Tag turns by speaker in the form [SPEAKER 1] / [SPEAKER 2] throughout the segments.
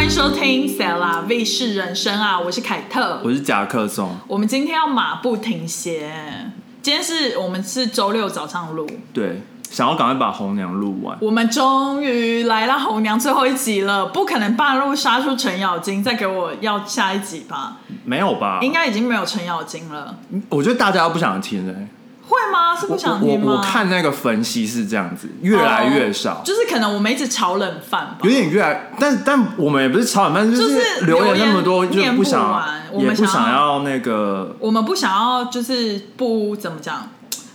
[SPEAKER 1] 迎收听《Sella 卫视人生》啊，我是凯特。
[SPEAKER 2] 我是夹克松，
[SPEAKER 1] 我们今天要马不停歇，今天是我们是周六早上录，
[SPEAKER 2] 对，想要赶快把红娘录完，
[SPEAKER 1] 我们终于来到红娘最后一集了，不可能半路杀出程咬金，再给我要下一集吧？
[SPEAKER 2] 没有吧？
[SPEAKER 1] 应，该已经没有程咬金了，
[SPEAKER 2] 我觉得大家都不想听了、欸。
[SPEAKER 1] 会吗？是
[SPEAKER 2] 我
[SPEAKER 1] 不想
[SPEAKER 2] 我
[SPEAKER 1] 听吗？
[SPEAKER 2] 我看那个分析是这样子，越来越
[SPEAKER 1] 哦
[SPEAKER 2] 少，
[SPEAKER 1] 就是可能我们一直炒冷饭吧
[SPEAKER 2] 有。点越来，但但我们也不是吵，反正
[SPEAKER 1] 就是留
[SPEAKER 2] 留
[SPEAKER 1] 言
[SPEAKER 2] 言那么多，就
[SPEAKER 1] 念不
[SPEAKER 2] 不想
[SPEAKER 1] 完，我
[SPEAKER 2] 也
[SPEAKER 1] 们
[SPEAKER 2] 不
[SPEAKER 1] 想
[SPEAKER 2] 想
[SPEAKER 1] 要
[SPEAKER 2] 要那个
[SPEAKER 1] 我们不想要，就是不怎么讲，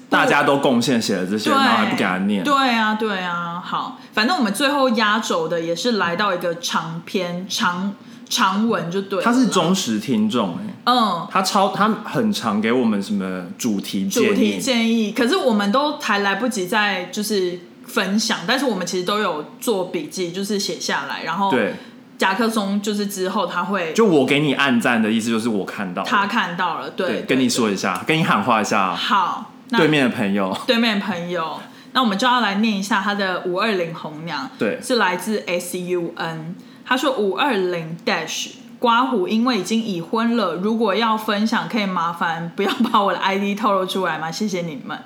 [SPEAKER 2] 大家都贡献写的这些，
[SPEAKER 1] 对，
[SPEAKER 2] 然后还不给他念，
[SPEAKER 1] 对啊，对啊，好，反正我们最后压轴的也是来到一个长篇长长文就对了，
[SPEAKER 2] 他是忠实听众哎、
[SPEAKER 1] 嗯。
[SPEAKER 2] 他超他很常给我们什么主题
[SPEAKER 1] 主
[SPEAKER 2] 建
[SPEAKER 1] 题
[SPEAKER 2] 议，
[SPEAKER 1] 建议，可是我们都还来不及在就是分享，但是我们其实都有做笔记，就是写下来，然后
[SPEAKER 2] 对，
[SPEAKER 1] 夹克松就是之后他会
[SPEAKER 2] 就我给你暗赞的意思就是我看到了
[SPEAKER 1] 他看到了，对，
[SPEAKER 2] 对
[SPEAKER 1] 对
[SPEAKER 2] 跟你说一下，跟你喊话一下，啊
[SPEAKER 1] 好，那
[SPEAKER 2] 对面的朋友。
[SPEAKER 1] 对面朋友，那我们就要来念一下他的五二零红娘，
[SPEAKER 2] 对
[SPEAKER 1] 是来自 S U N，他说五二零 dash 刮胡，因为已经已婚了，如果要分享，可以麻烦不要把我的 ID 透露出来吗？谢谢你们，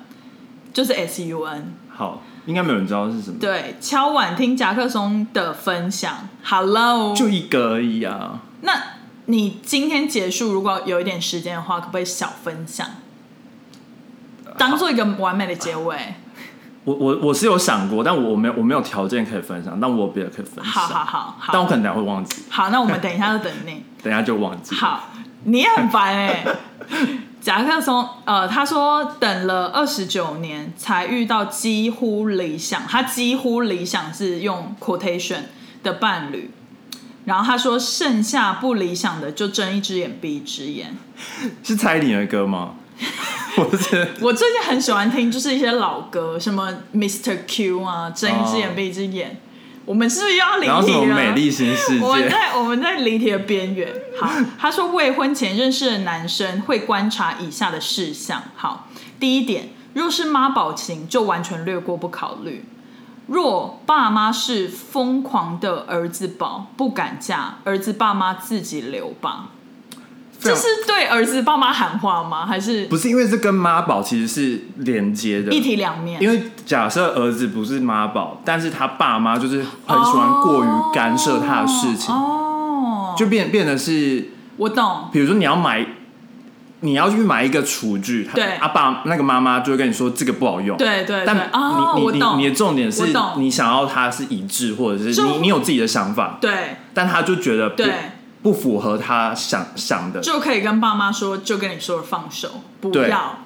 [SPEAKER 1] 就是 S U N，
[SPEAKER 2] 好，应该没有人知道是什么，
[SPEAKER 1] 对，敲碗听夹克松的分享，Hello，
[SPEAKER 2] 就一个而已啊。
[SPEAKER 1] 那你今天结束，如果有一点时间的话，可不可以小分享，当做一个完美的结尾？
[SPEAKER 2] 我我我是有想过，但我没有我没有条件可以分享，但我有别人可以分享。
[SPEAKER 1] 好好好好，
[SPEAKER 2] 但我可能等下会忘记，
[SPEAKER 1] 好，那我们等一下就等你。
[SPEAKER 2] 等下就忘记。，
[SPEAKER 1] 好，你也很烦哎、夹克松，呃，他说等了二十九年才遇到几乎理想，他几乎理想是用 quotation 的伴侣，然后他说剩下不理想的就睁一只眼闭一只眼。
[SPEAKER 2] 是蔡依林的歌吗？我是
[SPEAKER 1] 我最近很喜欢听就是一些老歌，什么 Mr. Q 啊，睁一只眼闭一只眼。我们是不是又要离题
[SPEAKER 2] 哦然后什么
[SPEAKER 1] 了？
[SPEAKER 2] 美丽新世
[SPEAKER 1] 啊我们
[SPEAKER 2] 界？
[SPEAKER 1] 在我们在离题的边缘。好，他说未婚前认识的男生会观察以下的事项。好，第一点，若是妈宝型，就完全略过不考虑；若爸妈是疯狂的儿子宝，不敢嫁，儿子爸妈自己留吧。
[SPEAKER 2] 非
[SPEAKER 1] 这
[SPEAKER 2] 常
[SPEAKER 1] 是对儿子爸妈喊话吗？还是
[SPEAKER 2] 不是因为这跟妈宝其实是连接的
[SPEAKER 1] 一。体两面？
[SPEAKER 2] 因为假设儿子不是妈宝，但是他爸妈就是很喜欢过于干涉他的事情，
[SPEAKER 1] 哦，
[SPEAKER 2] 就变变得是
[SPEAKER 1] 我懂。
[SPEAKER 2] 比如说你要买，你要去买一个厨具，他
[SPEAKER 1] 对
[SPEAKER 2] 阿爸那个妈妈就会跟你说这个不好用，
[SPEAKER 1] 对对对
[SPEAKER 2] 但，
[SPEAKER 1] 哦，
[SPEAKER 2] 你
[SPEAKER 1] 我
[SPEAKER 2] 你你
[SPEAKER 1] 懂。
[SPEAKER 2] 你的重点是
[SPEAKER 1] 我懂
[SPEAKER 2] 你想要它是一致，或者是
[SPEAKER 1] 就
[SPEAKER 2] 你你有自己的想法，
[SPEAKER 1] 对
[SPEAKER 2] 但他就觉得不
[SPEAKER 1] 对。
[SPEAKER 2] 不符合他想想的，
[SPEAKER 1] 就可以跟爸妈说，就跟你说放手，不
[SPEAKER 2] 对
[SPEAKER 1] 要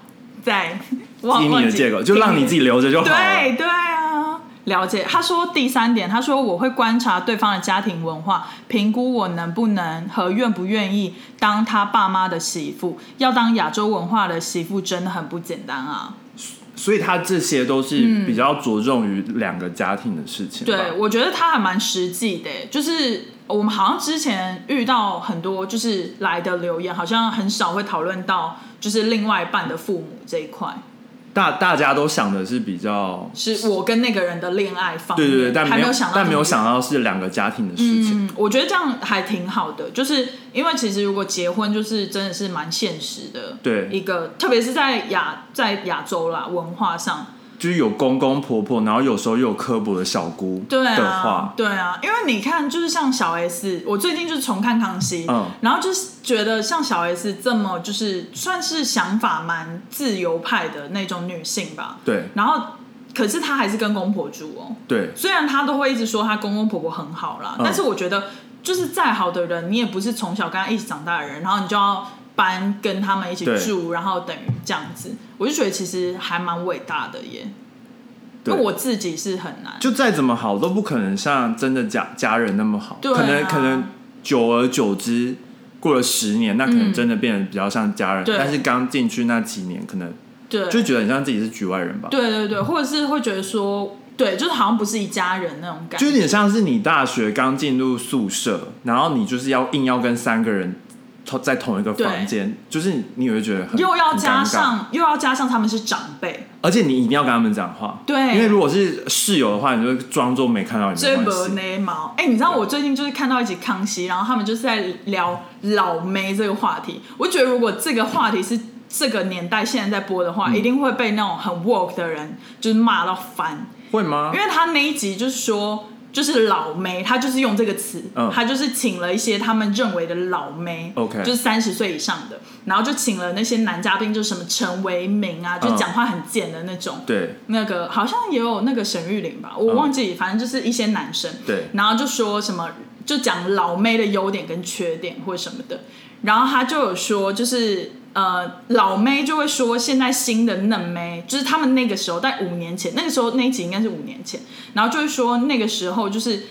[SPEAKER 1] 再忘
[SPEAKER 2] 听你
[SPEAKER 1] 忘
[SPEAKER 2] 的
[SPEAKER 1] 记
[SPEAKER 2] 借口，就让你自己留着就好了。
[SPEAKER 1] 对对啊，了解。他说第三点，他说我会观察对方的家庭文化，评估我能不能和愿不愿意当他爸妈的媳妇。要当亚洲文化的媳妇真的很不简单啊！
[SPEAKER 2] 所以他这些都是比较着重于两个家庭的事情吧。
[SPEAKER 1] 嗯对，我觉得他还蛮实际的，就是我们好像之前遇到很多就是来的留言，好像很少会讨论到就是另外一半的父母这一块。
[SPEAKER 2] 大大家都想的是比较，
[SPEAKER 1] 是我跟那个人的恋爱方面，
[SPEAKER 2] 对对对，但
[SPEAKER 1] 还
[SPEAKER 2] 没
[SPEAKER 1] 没有
[SPEAKER 2] 有
[SPEAKER 1] 想到，
[SPEAKER 2] 但没有想。到是两个家庭的事情。
[SPEAKER 1] 嗯，我觉得这样还挺好的，就是因为其实如果结婚，就是真的是蛮现实的，
[SPEAKER 2] 对
[SPEAKER 1] 一个，特别是在亚在亚洲啦文化上，
[SPEAKER 2] 就是有公公婆婆，然后有时候又有刻薄的小姑
[SPEAKER 1] 对啊，
[SPEAKER 2] 的话，
[SPEAKER 1] 对啊，因为你看，就是像小 S，我最近就是重看《康熙》
[SPEAKER 2] 嗯
[SPEAKER 1] 然后就是觉得像小 S 这么就是算是想法蛮自由派的那种女性吧，
[SPEAKER 2] 对
[SPEAKER 1] 然后可是她还是跟公婆住哦、
[SPEAKER 2] 对
[SPEAKER 1] 虽然她都会一直说她公公婆婆很好啦，
[SPEAKER 2] 嗯
[SPEAKER 1] 但是我觉得就是再好的人，你也不是从小跟他一起长大的人，然后你就要搬跟他们一起
[SPEAKER 2] 对
[SPEAKER 1] 住，然后等于这样子，我就觉得其实还蛮伟大的耶。因
[SPEAKER 2] 对，
[SPEAKER 1] 为我自己是很难，
[SPEAKER 2] 就再怎么好都不可能像真的家家人那么好，
[SPEAKER 1] 对啊
[SPEAKER 2] 可能可能久而久之过了十年，那可能真的变得比较像家人，
[SPEAKER 1] 嗯对
[SPEAKER 2] 但是刚进去那几年可能
[SPEAKER 1] 对，
[SPEAKER 2] 就觉得很像自己是局外人吧，
[SPEAKER 1] 对对对，或者是会觉得说，对，就是好像不是一家人那种感
[SPEAKER 2] 就
[SPEAKER 1] 觉。
[SPEAKER 2] 有点像是你大学刚进入宿舍，然后你就是要硬要跟三个人同在同一个房间，就是你也会觉得很
[SPEAKER 1] 又要加，
[SPEAKER 2] 很尴尬
[SPEAKER 1] 上又要加上他们是长辈，
[SPEAKER 2] 而且你一定要跟他们讲话，
[SPEAKER 1] 对
[SPEAKER 2] 因为如果是室友的话，你就装作没看到你
[SPEAKER 1] 这
[SPEAKER 2] 没
[SPEAKER 1] 不
[SPEAKER 2] 关系。
[SPEAKER 1] 内毛。哎、你知道我最近就是看到一集《康熙》，然后他们就是在聊老妹这个话题。我觉得如果这个话题是这个年代现在在播的话，
[SPEAKER 2] 嗯
[SPEAKER 1] 一定会被那种很 woke 的人就是骂到翻。
[SPEAKER 2] 会吗
[SPEAKER 1] 因？为他那一集就是说，就是老妹，他就是用这个词，
[SPEAKER 2] 嗯
[SPEAKER 1] 他就是请了一些他们认为的老妹
[SPEAKER 2] OK
[SPEAKER 1] 就是三十岁以上的，然后就请了那些男嘉宾，就什么陈为民啊，就
[SPEAKER 2] 嗯
[SPEAKER 1] 讲话很贱的那种，
[SPEAKER 2] 对，
[SPEAKER 1] 那个好像也有那个沈玉琳吧，我
[SPEAKER 2] 嗯
[SPEAKER 1] 忘记，反正就是一些男生，
[SPEAKER 2] 对
[SPEAKER 1] 然后就说什么，就讲老妹的优点跟缺点或什么的，然后他就有说，就是呃，老妹就会说现在新的嫩妹，就是他们那个时候在五年前，那个时候那一集应该是五年前，然后就会说那个时候就是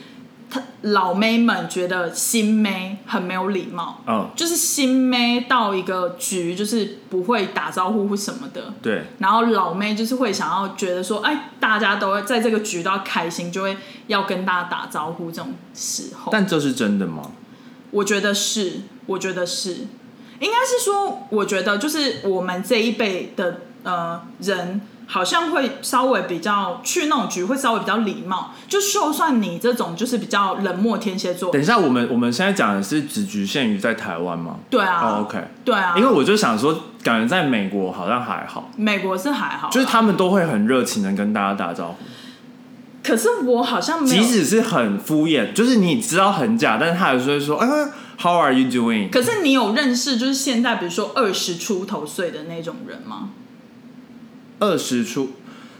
[SPEAKER 1] 他老妹们觉得新妹很没有礼貌，
[SPEAKER 2] 嗯，
[SPEAKER 1] 就是新妹到一个局就是不会打招呼或什么的，
[SPEAKER 2] 对，
[SPEAKER 1] 然后老妹就是会想要觉得说，哎，大家都会在这个局都要开心，就会要跟大家打招呼这种时候。
[SPEAKER 2] 但这是真的吗？哦
[SPEAKER 1] 我觉得是，我觉得是，应该是说，我觉得就是我们这一辈的呃人，好像会稍微比较去那种局会稍微比较礼貌，就就算你这种就是比较冷漠天蝎座
[SPEAKER 2] 等，一下，我们我们现在讲的是只局限于在台湾吗？
[SPEAKER 1] 对啊、
[SPEAKER 2] 哦，OK，
[SPEAKER 1] 对啊，
[SPEAKER 2] 因为我就想说，感觉在美国好像还好，
[SPEAKER 1] 美国是还好啦，
[SPEAKER 2] 就是他们都会很热情的跟大家打招呼，
[SPEAKER 1] 可是我好像没有
[SPEAKER 2] 即使是很敷衍，就是你知道很假，但是他还是会说，啊，How are you doing？
[SPEAKER 1] 可是你有认识就是现在，比如说二十出头岁的那种人吗？
[SPEAKER 2] 二十出，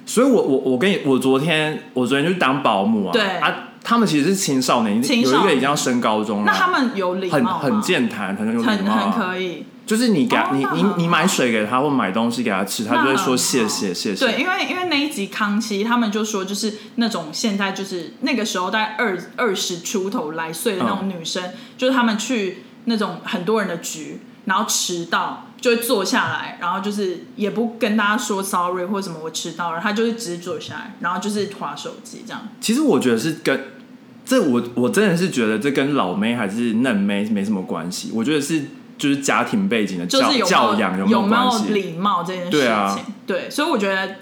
[SPEAKER 2] 所以我我我跟你，我昨天我昨天去当保姆啊，
[SPEAKER 1] 对
[SPEAKER 2] 啊，他们其实是青少年，已经
[SPEAKER 1] 青少
[SPEAKER 2] 有一
[SPEAKER 1] 年
[SPEAKER 2] 个已经要升高中了，
[SPEAKER 1] 那他们有礼
[SPEAKER 2] 很
[SPEAKER 1] 貌吗
[SPEAKER 2] 嗯很，健谈，很有礼貌、啊，
[SPEAKER 1] 很很可以。
[SPEAKER 2] 就是你给他
[SPEAKER 1] 哦
[SPEAKER 2] 你
[SPEAKER 1] 那
[SPEAKER 2] 你
[SPEAKER 1] 很好
[SPEAKER 2] 你买水给他或买东西给他吃，他就会说谢谢谢谢。
[SPEAKER 1] 对，因为因为那一集康熙他们就说，就是那种现在就是那个时候在二二十出头来岁的那种女
[SPEAKER 2] 嗯
[SPEAKER 1] 生，就是他们去那种很多人的局，然后迟到就会坐下来，然后就是也不跟大家说 sorry 或什么我迟到了，他就是直接坐下来，然后就是划手机这样。
[SPEAKER 2] 其实我觉得是跟这我我真的是觉得这跟老妹还是嫩妹没什么关系，我觉得是就是家庭背景的
[SPEAKER 1] 就
[SPEAKER 2] 教
[SPEAKER 1] 是有没
[SPEAKER 2] 教
[SPEAKER 1] 有
[SPEAKER 2] 养有没
[SPEAKER 1] 有
[SPEAKER 2] 关系？
[SPEAKER 1] 礼貌这件事情。
[SPEAKER 2] 对啊
[SPEAKER 1] 对所以我觉得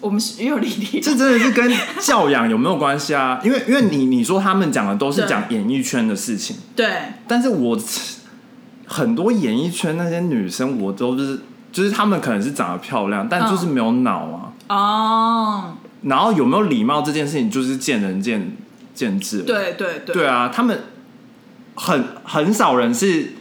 [SPEAKER 1] 我们是有理理。
[SPEAKER 2] 这真的是跟教养有没有关系啊？因为因为你你说他们讲的都是
[SPEAKER 1] 对
[SPEAKER 2] 讲演艺圈的事情，
[SPEAKER 1] 对，
[SPEAKER 2] 但是我很多演艺圈那些女生，我都是就是她们可能是长得漂亮，但
[SPEAKER 1] 嗯
[SPEAKER 2] 就是没有脑啊。
[SPEAKER 1] 哦，
[SPEAKER 2] 然后有没有礼貌这件事情，就是见仁见见智。
[SPEAKER 1] 对对对，
[SPEAKER 2] 对啊，他们很很少人是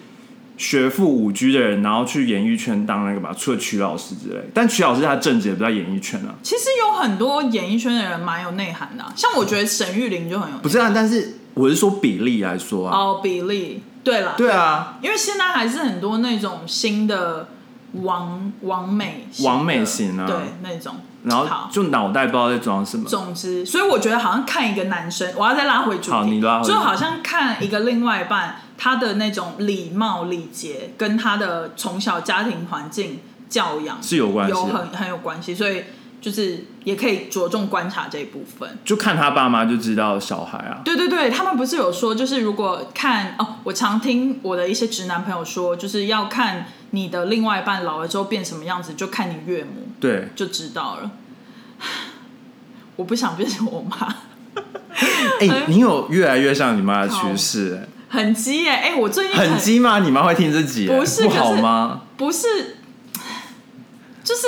[SPEAKER 2] 学富五居的人，然后去演艺圈当那个吧，除了曲老师之类。但曲老师他正职也不在演艺圈啊，
[SPEAKER 1] 其实有很多演艺圈的人蛮有内涵的啊、像我觉得沈玉琳就很有
[SPEAKER 2] 不是啊。但是我是说比例来说啊，
[SPEAKER 1] 哦比例，对啦，
[SPEAKER 2] 对啊，
[SPEAKER 1] 因为现在还是很多那种新的王王美型的
[SPEAKER 2] 王美型啊
[SPEAKER 1] 对那种，
[SPEAKER 2] 然后
[SPEAKER 1] 好
[SPEAKER 2] 就脑袋不知道在装什么。
[SPEAKER 1] 总之，所以我觉得好像看一个男生，我要再拉回主
[SPEAKER 2] 好
[SPEAKER 1] 题，
[SPEAKER 2] 你拉回
[SPEAKER 1] 就好像看一个另外一半，他的那种礼貌礼节跟他的从小家庭环境教养
[SPEAKER 2] 是有关系的
[SPEAKER 1] 有很很有关系，所以就是也可以着重观察这一部分。
[SPEAKER 2] 就看他爸妈就知道小孩啊，
[SPEAKER 1] 对对对，他们不是有说，就是如果看哦，我常听我的一些直男朋友说，就是要看你的另外一半老了之后变什么样子，就看你岳母
[SPEAKER 2] 对，
[SPEAKER 1] 就知道了。 我不想变成我妈。
[SPEAKER 2] 哎、你有越来越像你妈的趋势、
[SPEAKER 1] 很鸡耶、哎、我最近
[SPEAKER 2] 哎很鸡吗？你妈会听自己、哎
[SPEAKER 1] 不是
[SPEAKER 2] 不好
[SPEAKER 1] 可是
[SPEAKER 2] 吗？
[SPEAKER 1] 不是，就是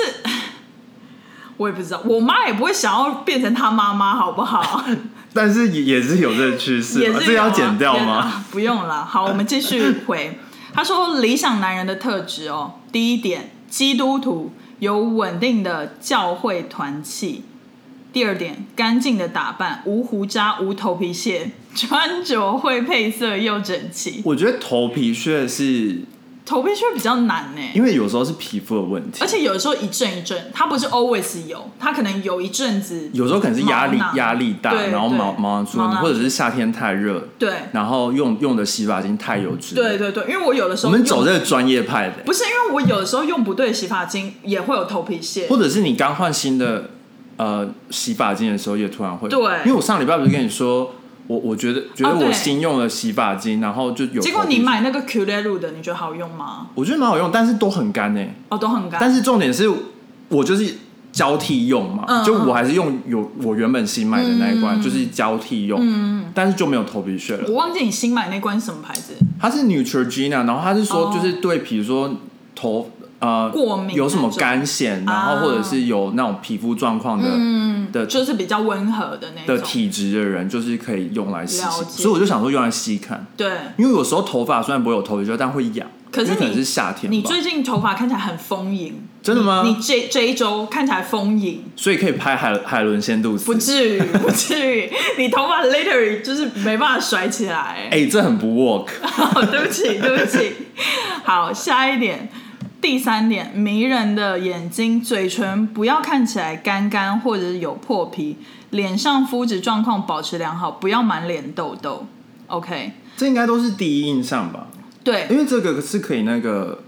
[SPEAKER 1] 我也不知道，我妈也不会想要变成她妈妈，好不好？
[SPEAKER 2] 但 是也也是有这个趋势
[SPEAKER 1] 也
[SPEAKER 2] 嘛，
[SPEAKER 1] 是
[SPEAKER 2] 这
[SPEAKER 1] 有啊
[SPEAKER 2] 要剪掉吗？？
[SPEAKER 1] 不用啦， 好，我们继续回。他说，理想男人的特质哦，第一点，基督徒有稳定的教会团契；第二点，干净的打扮，无胡渣，无头皮屑，穿着会配色又整齐。
[SPEAKER 2] 我觉得头皮屑是
[SPEAKER 1] 头皮屑比较难呢、
[SPEAKER 2] 因为有时候是皮肤的问题
[SPEAKER 1] 而，且有时候一阵一阵，它不是 always 有，它可能有一阵子，
[SPEAKER 2] 有时候可能是压力
[SPEAKER 1] 毛囊
[SPEAKER 2] 压力大，
[SPEAKER 1] 对
[SPEAKER 2] 然后
[SPEAKER 1] 对
[SPEAKER 2] 毛毛囊出
[SPEAKER 1] 毛
[SPEAKER 2] 问题，
[SPEAKER 1] 囊
[SPEAKER 2] 或者是夏天太热，
[SPEAKER 1] 对
[SPEAKER 2] 然后用用的洗发精太油脂。
[SPEAKER 1] 对，对对，因为我有的时
[SPEAKER 2] 我
[SPEAKER 1] 候
[SPEAKER 2] 们走
[SPEAKER 1] 用
[SPEAKER 2] 这个专业派的，
[SPEAKER 1] 不是因为我有的时候用不对洗发精也会有头皮屑
[SPEAKER 2] 或，者是你刚换新的呃洗发精的时候也突然会
[SPEAKER 1] 对
[SPEAKER 2] 因为我上礼拜不是跟你说。我我觉得觉得
[SPEAKER 1] 哦对
[SPEAKER 2] 我新用了洗发精，然后就有
[SPEAKER 1] 结果
[SPEAKER 2] 头皮
[SPEAKER 1] 你
[SPEAKER 2] 屑，
[SPEAKER 1] 买那个 Q l e r 的，你觉得好用吗？
[SPEAKER 2] 我觉得蛮好用，但是都很干诶、
[SPEAKER 1] 哦，都很干。
[SPEAKER 2] 但是重点是我就是交替用嘛，
[SPEAKER 1] 嗯
[SPEAKER 2] 就我还是用有我原本新买的那一罐，就是交替用，
[SPEAKER 1] 嗯
[SPEAKER 2] 但是就没有头皮屑了。
[SPEAKER 1] 我忘记你新买那罐是什么牌子，
[SPEAKER 2] 它是 Neutrogena，然后它是说
[SPEAKER 1] 哦
[SPEAKER 2] 就是对，比如说头呃
[SPEAKER 1] 过敏
[SPEAKER 2] 有什么
[SPEAKER 1] 那种啊
[SPEAKER 2] 干癣，然后或者是有那种皮肤状况的、
[SPEAKER 1] 嗯
[SPEAKER 2] 的
[SPEAKER 1] 就是比较温和的那
[SPEAKER 2] 的
[SPEAKER 1] 种。
[SPEAKER 2] 体质的人，就是可以用来吸
[SPEAKER 1] 了
[SPEAKER 2] 吸，
[SPEAKER 1] 解
[SPEAKER 2] 所以我就想说用来吸看，
[SPEAKER 1] 对，
[SPEAKER 2] 因为有时候头发虽然不会有头皮屑，但会痒，
[SPEAKER 1] 可是
[SPEAKER 2] 因为可能
[SPEAKER 1] 你
[SPEAKER 2] 是夏天吧，
[SPEAKER 1] 你最近头发看起来很丰盈，
[SPEAKER 2] 真的吗
[SPEAKER 1] 你你这这一周看起来丰盈，
[SPEAKER 2] 所以可以拍海海伦仙度
[SPEAKER 1] 不
[SPEAKER 2] 丝。
[SPEAKER 1] 至于，不至于， 你头发 later 就是没办法甩起来。
[SPEAKER 2] 哎、这很不 work。
[SPEAKER 1] 好，对不起，对不起。好，下一点，第三点，迷人的眼睛、嘴唇不要看起来干干或者是有破皮，脸上肤质状况保持良好，不要满脸痘痘。OK，
[SPEAKER 2] 这应该都是第一印象吧，
[SPEAKER 1] 对，
[SPEAKER 2] 因为这个是可以那个，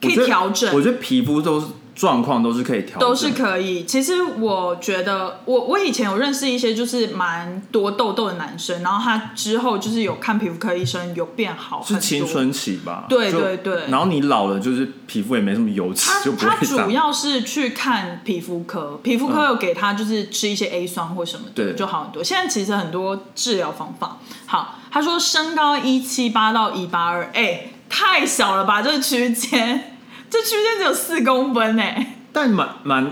[SPEAKER 1] 可以
[SPEAKER 2] 我觉得
[SPEAKER 1] 调整
[SPEAKER 2] 我觉得皮肤都是状况都是可以调整，
[SPEAKER 1] 都是可以。其实我觉得，我我以前有认识一些就是蛮多痘痘的男生，然后他之后就是有看皮肤科医生，有变好很
[SPEAKER 2] 是
[SPEAKER 1] 多。
[SPEAKER 2] 青春期吧？
[SPEAKER 1] 对
[SPEAKER 2] 就
[SPEAKER 1] 对对
[SPEAKER 2] 然后你老了，就是皮肤也没什么油脂，
[SPEAKER 1] 他
[SPEAKER 2] 就不
[SPEAKER 1] 啊他
[SPEAKER 2] 会
[SPEAKER 1] 主
[SPEAKER 2] 长。嗯
[SPEAKER 1] 要是去看皮肤科，皮肤科有给他就是吃一些 A 酸或什么的，
[SPEAKER 2] 对
[SPEAKER 1] 就好很多。现在其实很多治疗方法。好，他说身高一七八到一八二，哎，太小了吧？这个区间， 这区间只有四公分哎、
[SPEAKER 2] 但蛮蛮，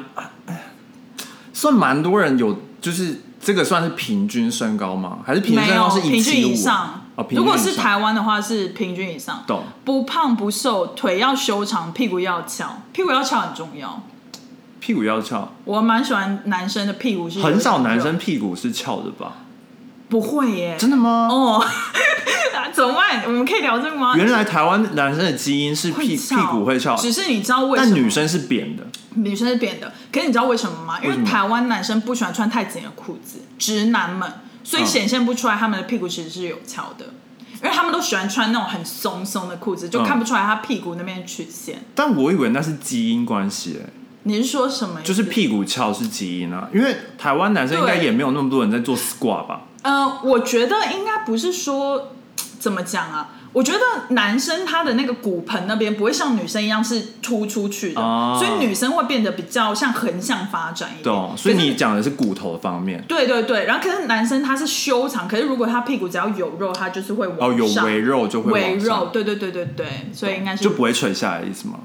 [SPEAKER 2] 呃算蛮多人有，就是这个算是平均身高吗？还是平均
[SPEAKER 1] 没
[SPEAKER 2] 身
[SPEAKER 1] 有
[SPEAKER 2] 高是
[SPEAKER 1] 平均
[SPEAKER 2] 七
[SPEAKER 1] 以
[SPEAKER 2] 五？
[SPEAKER 1] 上。
[SPEAKER 2] 哦，平均
[SPEAKER 1] 如果
[SPEAKER 2] 以
[SPEAKER 1] 是
[SPEAKER 2] 上
[SPEAKER 1] 台湾的话是平均以上，
[SPEAKER 2] 懂
[SPEAKER 1] 不胖不瘦，腿要修长，屁股要翘，屁股要翘很重要。
[SPEAKER 2] 屁股要翘，
[SPEAKER 1] 我蛮喜欢男生的屁股是有
[SPEAKER 2] 很少
[SPEAKER 1] 点
[SPEAKER 2] 男
[SPEAKER 1] 肉
[SPEAKER 2] 生屁股是翘的吧？
[SPEAKER 1] 不会耶，
[SPEAKER 2] 真的吗？
[SPEAKER 1] 哦， 怎么办？我们可以聊这个吗？
[SPEAKER 2] 原来台湾男生的基因是屁
[SPEAKER 1] 会
[SPEAKER 2] 屁
[SPEAKER 1] 翘
[SPEAKER 2] 股会翘，
[SPEAKER 1] 只是你知道为什
[SPEAKER 2] 但
[SPEAKER 1] 么
[SPEAKER 2] 女生是扁的。
[SPEAKER 1] 女生是扁的，可是你知道为什么吗？因
[SPEAKER 2] 为什
[SPEAKER 1] 为
[SPEAKER 2] 么
[SPEAKER 1] 台湾男生不喜欢穿太紧的裤子，直男们，所以
[SPEAKER 2] 嗯
[SPEAKER 1] 显现不出来他们的屁股其实是有翘的，因为他们都喜欢穿那种很松松的裤子，就
[SPEAKER 2] 嗯
[SPEAKER 1] 看不出来他屁股那边的曲线。
[SPEAKER 2] 但我以为那是基因关系、欸，
[SPEAKER 1] 你是说什么意思？
[SPEAKER 2] 就是屁股翘是基因啊，因为台湾男生应该
[SPEAKER 1] 对
[SPEAKER 2] 也没有那么多人在做 squat 吧？
[SPEAKER 1] 呃，我觉得应该不是说怎么讲啊。我觉得男生他的那个骨盆那边不会像女生一样是凸出去的，
[SPEAKER 2] 哦
[SPEAKER 1] 所以女生会变得比较像横向发展一点。
[SPEAKER 2] 懂？所以
[SPEAKER 1] 可是
[SPEAKER 2] 你讲的是骨头方面
[SPEAKER 1] 对对对，然后可是男生他是修长，可是如果他屁股只要有肉，他就是会
[SPEAKER 2] 哦，
[SPEAKER 1] 往
[SPEAKER 2] 有
[SPEAKER 1] 上
[SPEAKER 2] 围肉就会
[SPEAKER 1] 围
[SPEAKER 2] 往上
[SPEAKER 1] 肉，对对对对对，所以应该是
[SPEAKER 2] 就不会垂下来的意思吗？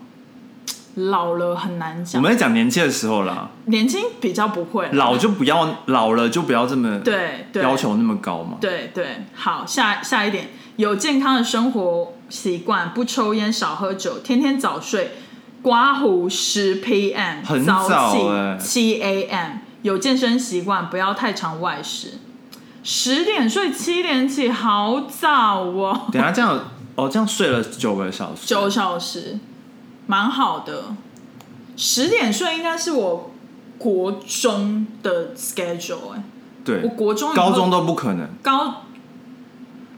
[SPEAKER 1] 老了很难
[SPEAKER 2] 我
[SPEAKER 1] 讲，
[SPEAKER 2] 们在讲年轻的时候啦，
[SPEAKER 1] 年轻比较不会啦
[SPEAKER 2] 老就不要老了就不要这么
[SPEAKER 1] 对对
[SPEAKER 2] 要求那么高嘛。
[SPEAKER 1] 对对，好，下下一点，有健康的生活习惯，不抽烟，少喝酒，天天早睡，刮胡十 PM，
[SPEAKER 2] 很早欸
[SPEAKER 1] 早起七 AM，有健身习惯，不要太常外食，十点睡，七点起，好早哦，
[SPEAKER 2] 等一下这样哦，这样睡了九个小时，
[SPEAKER 1] 九小时，蛮好的，十点睡应该是我国中的 schedule 哎、我
[SPEAKER 2] 对，
[SPEAKER 1] 国中以后
[SPEAKER 2] 高中都不可能，
[SPEAKER 1] 高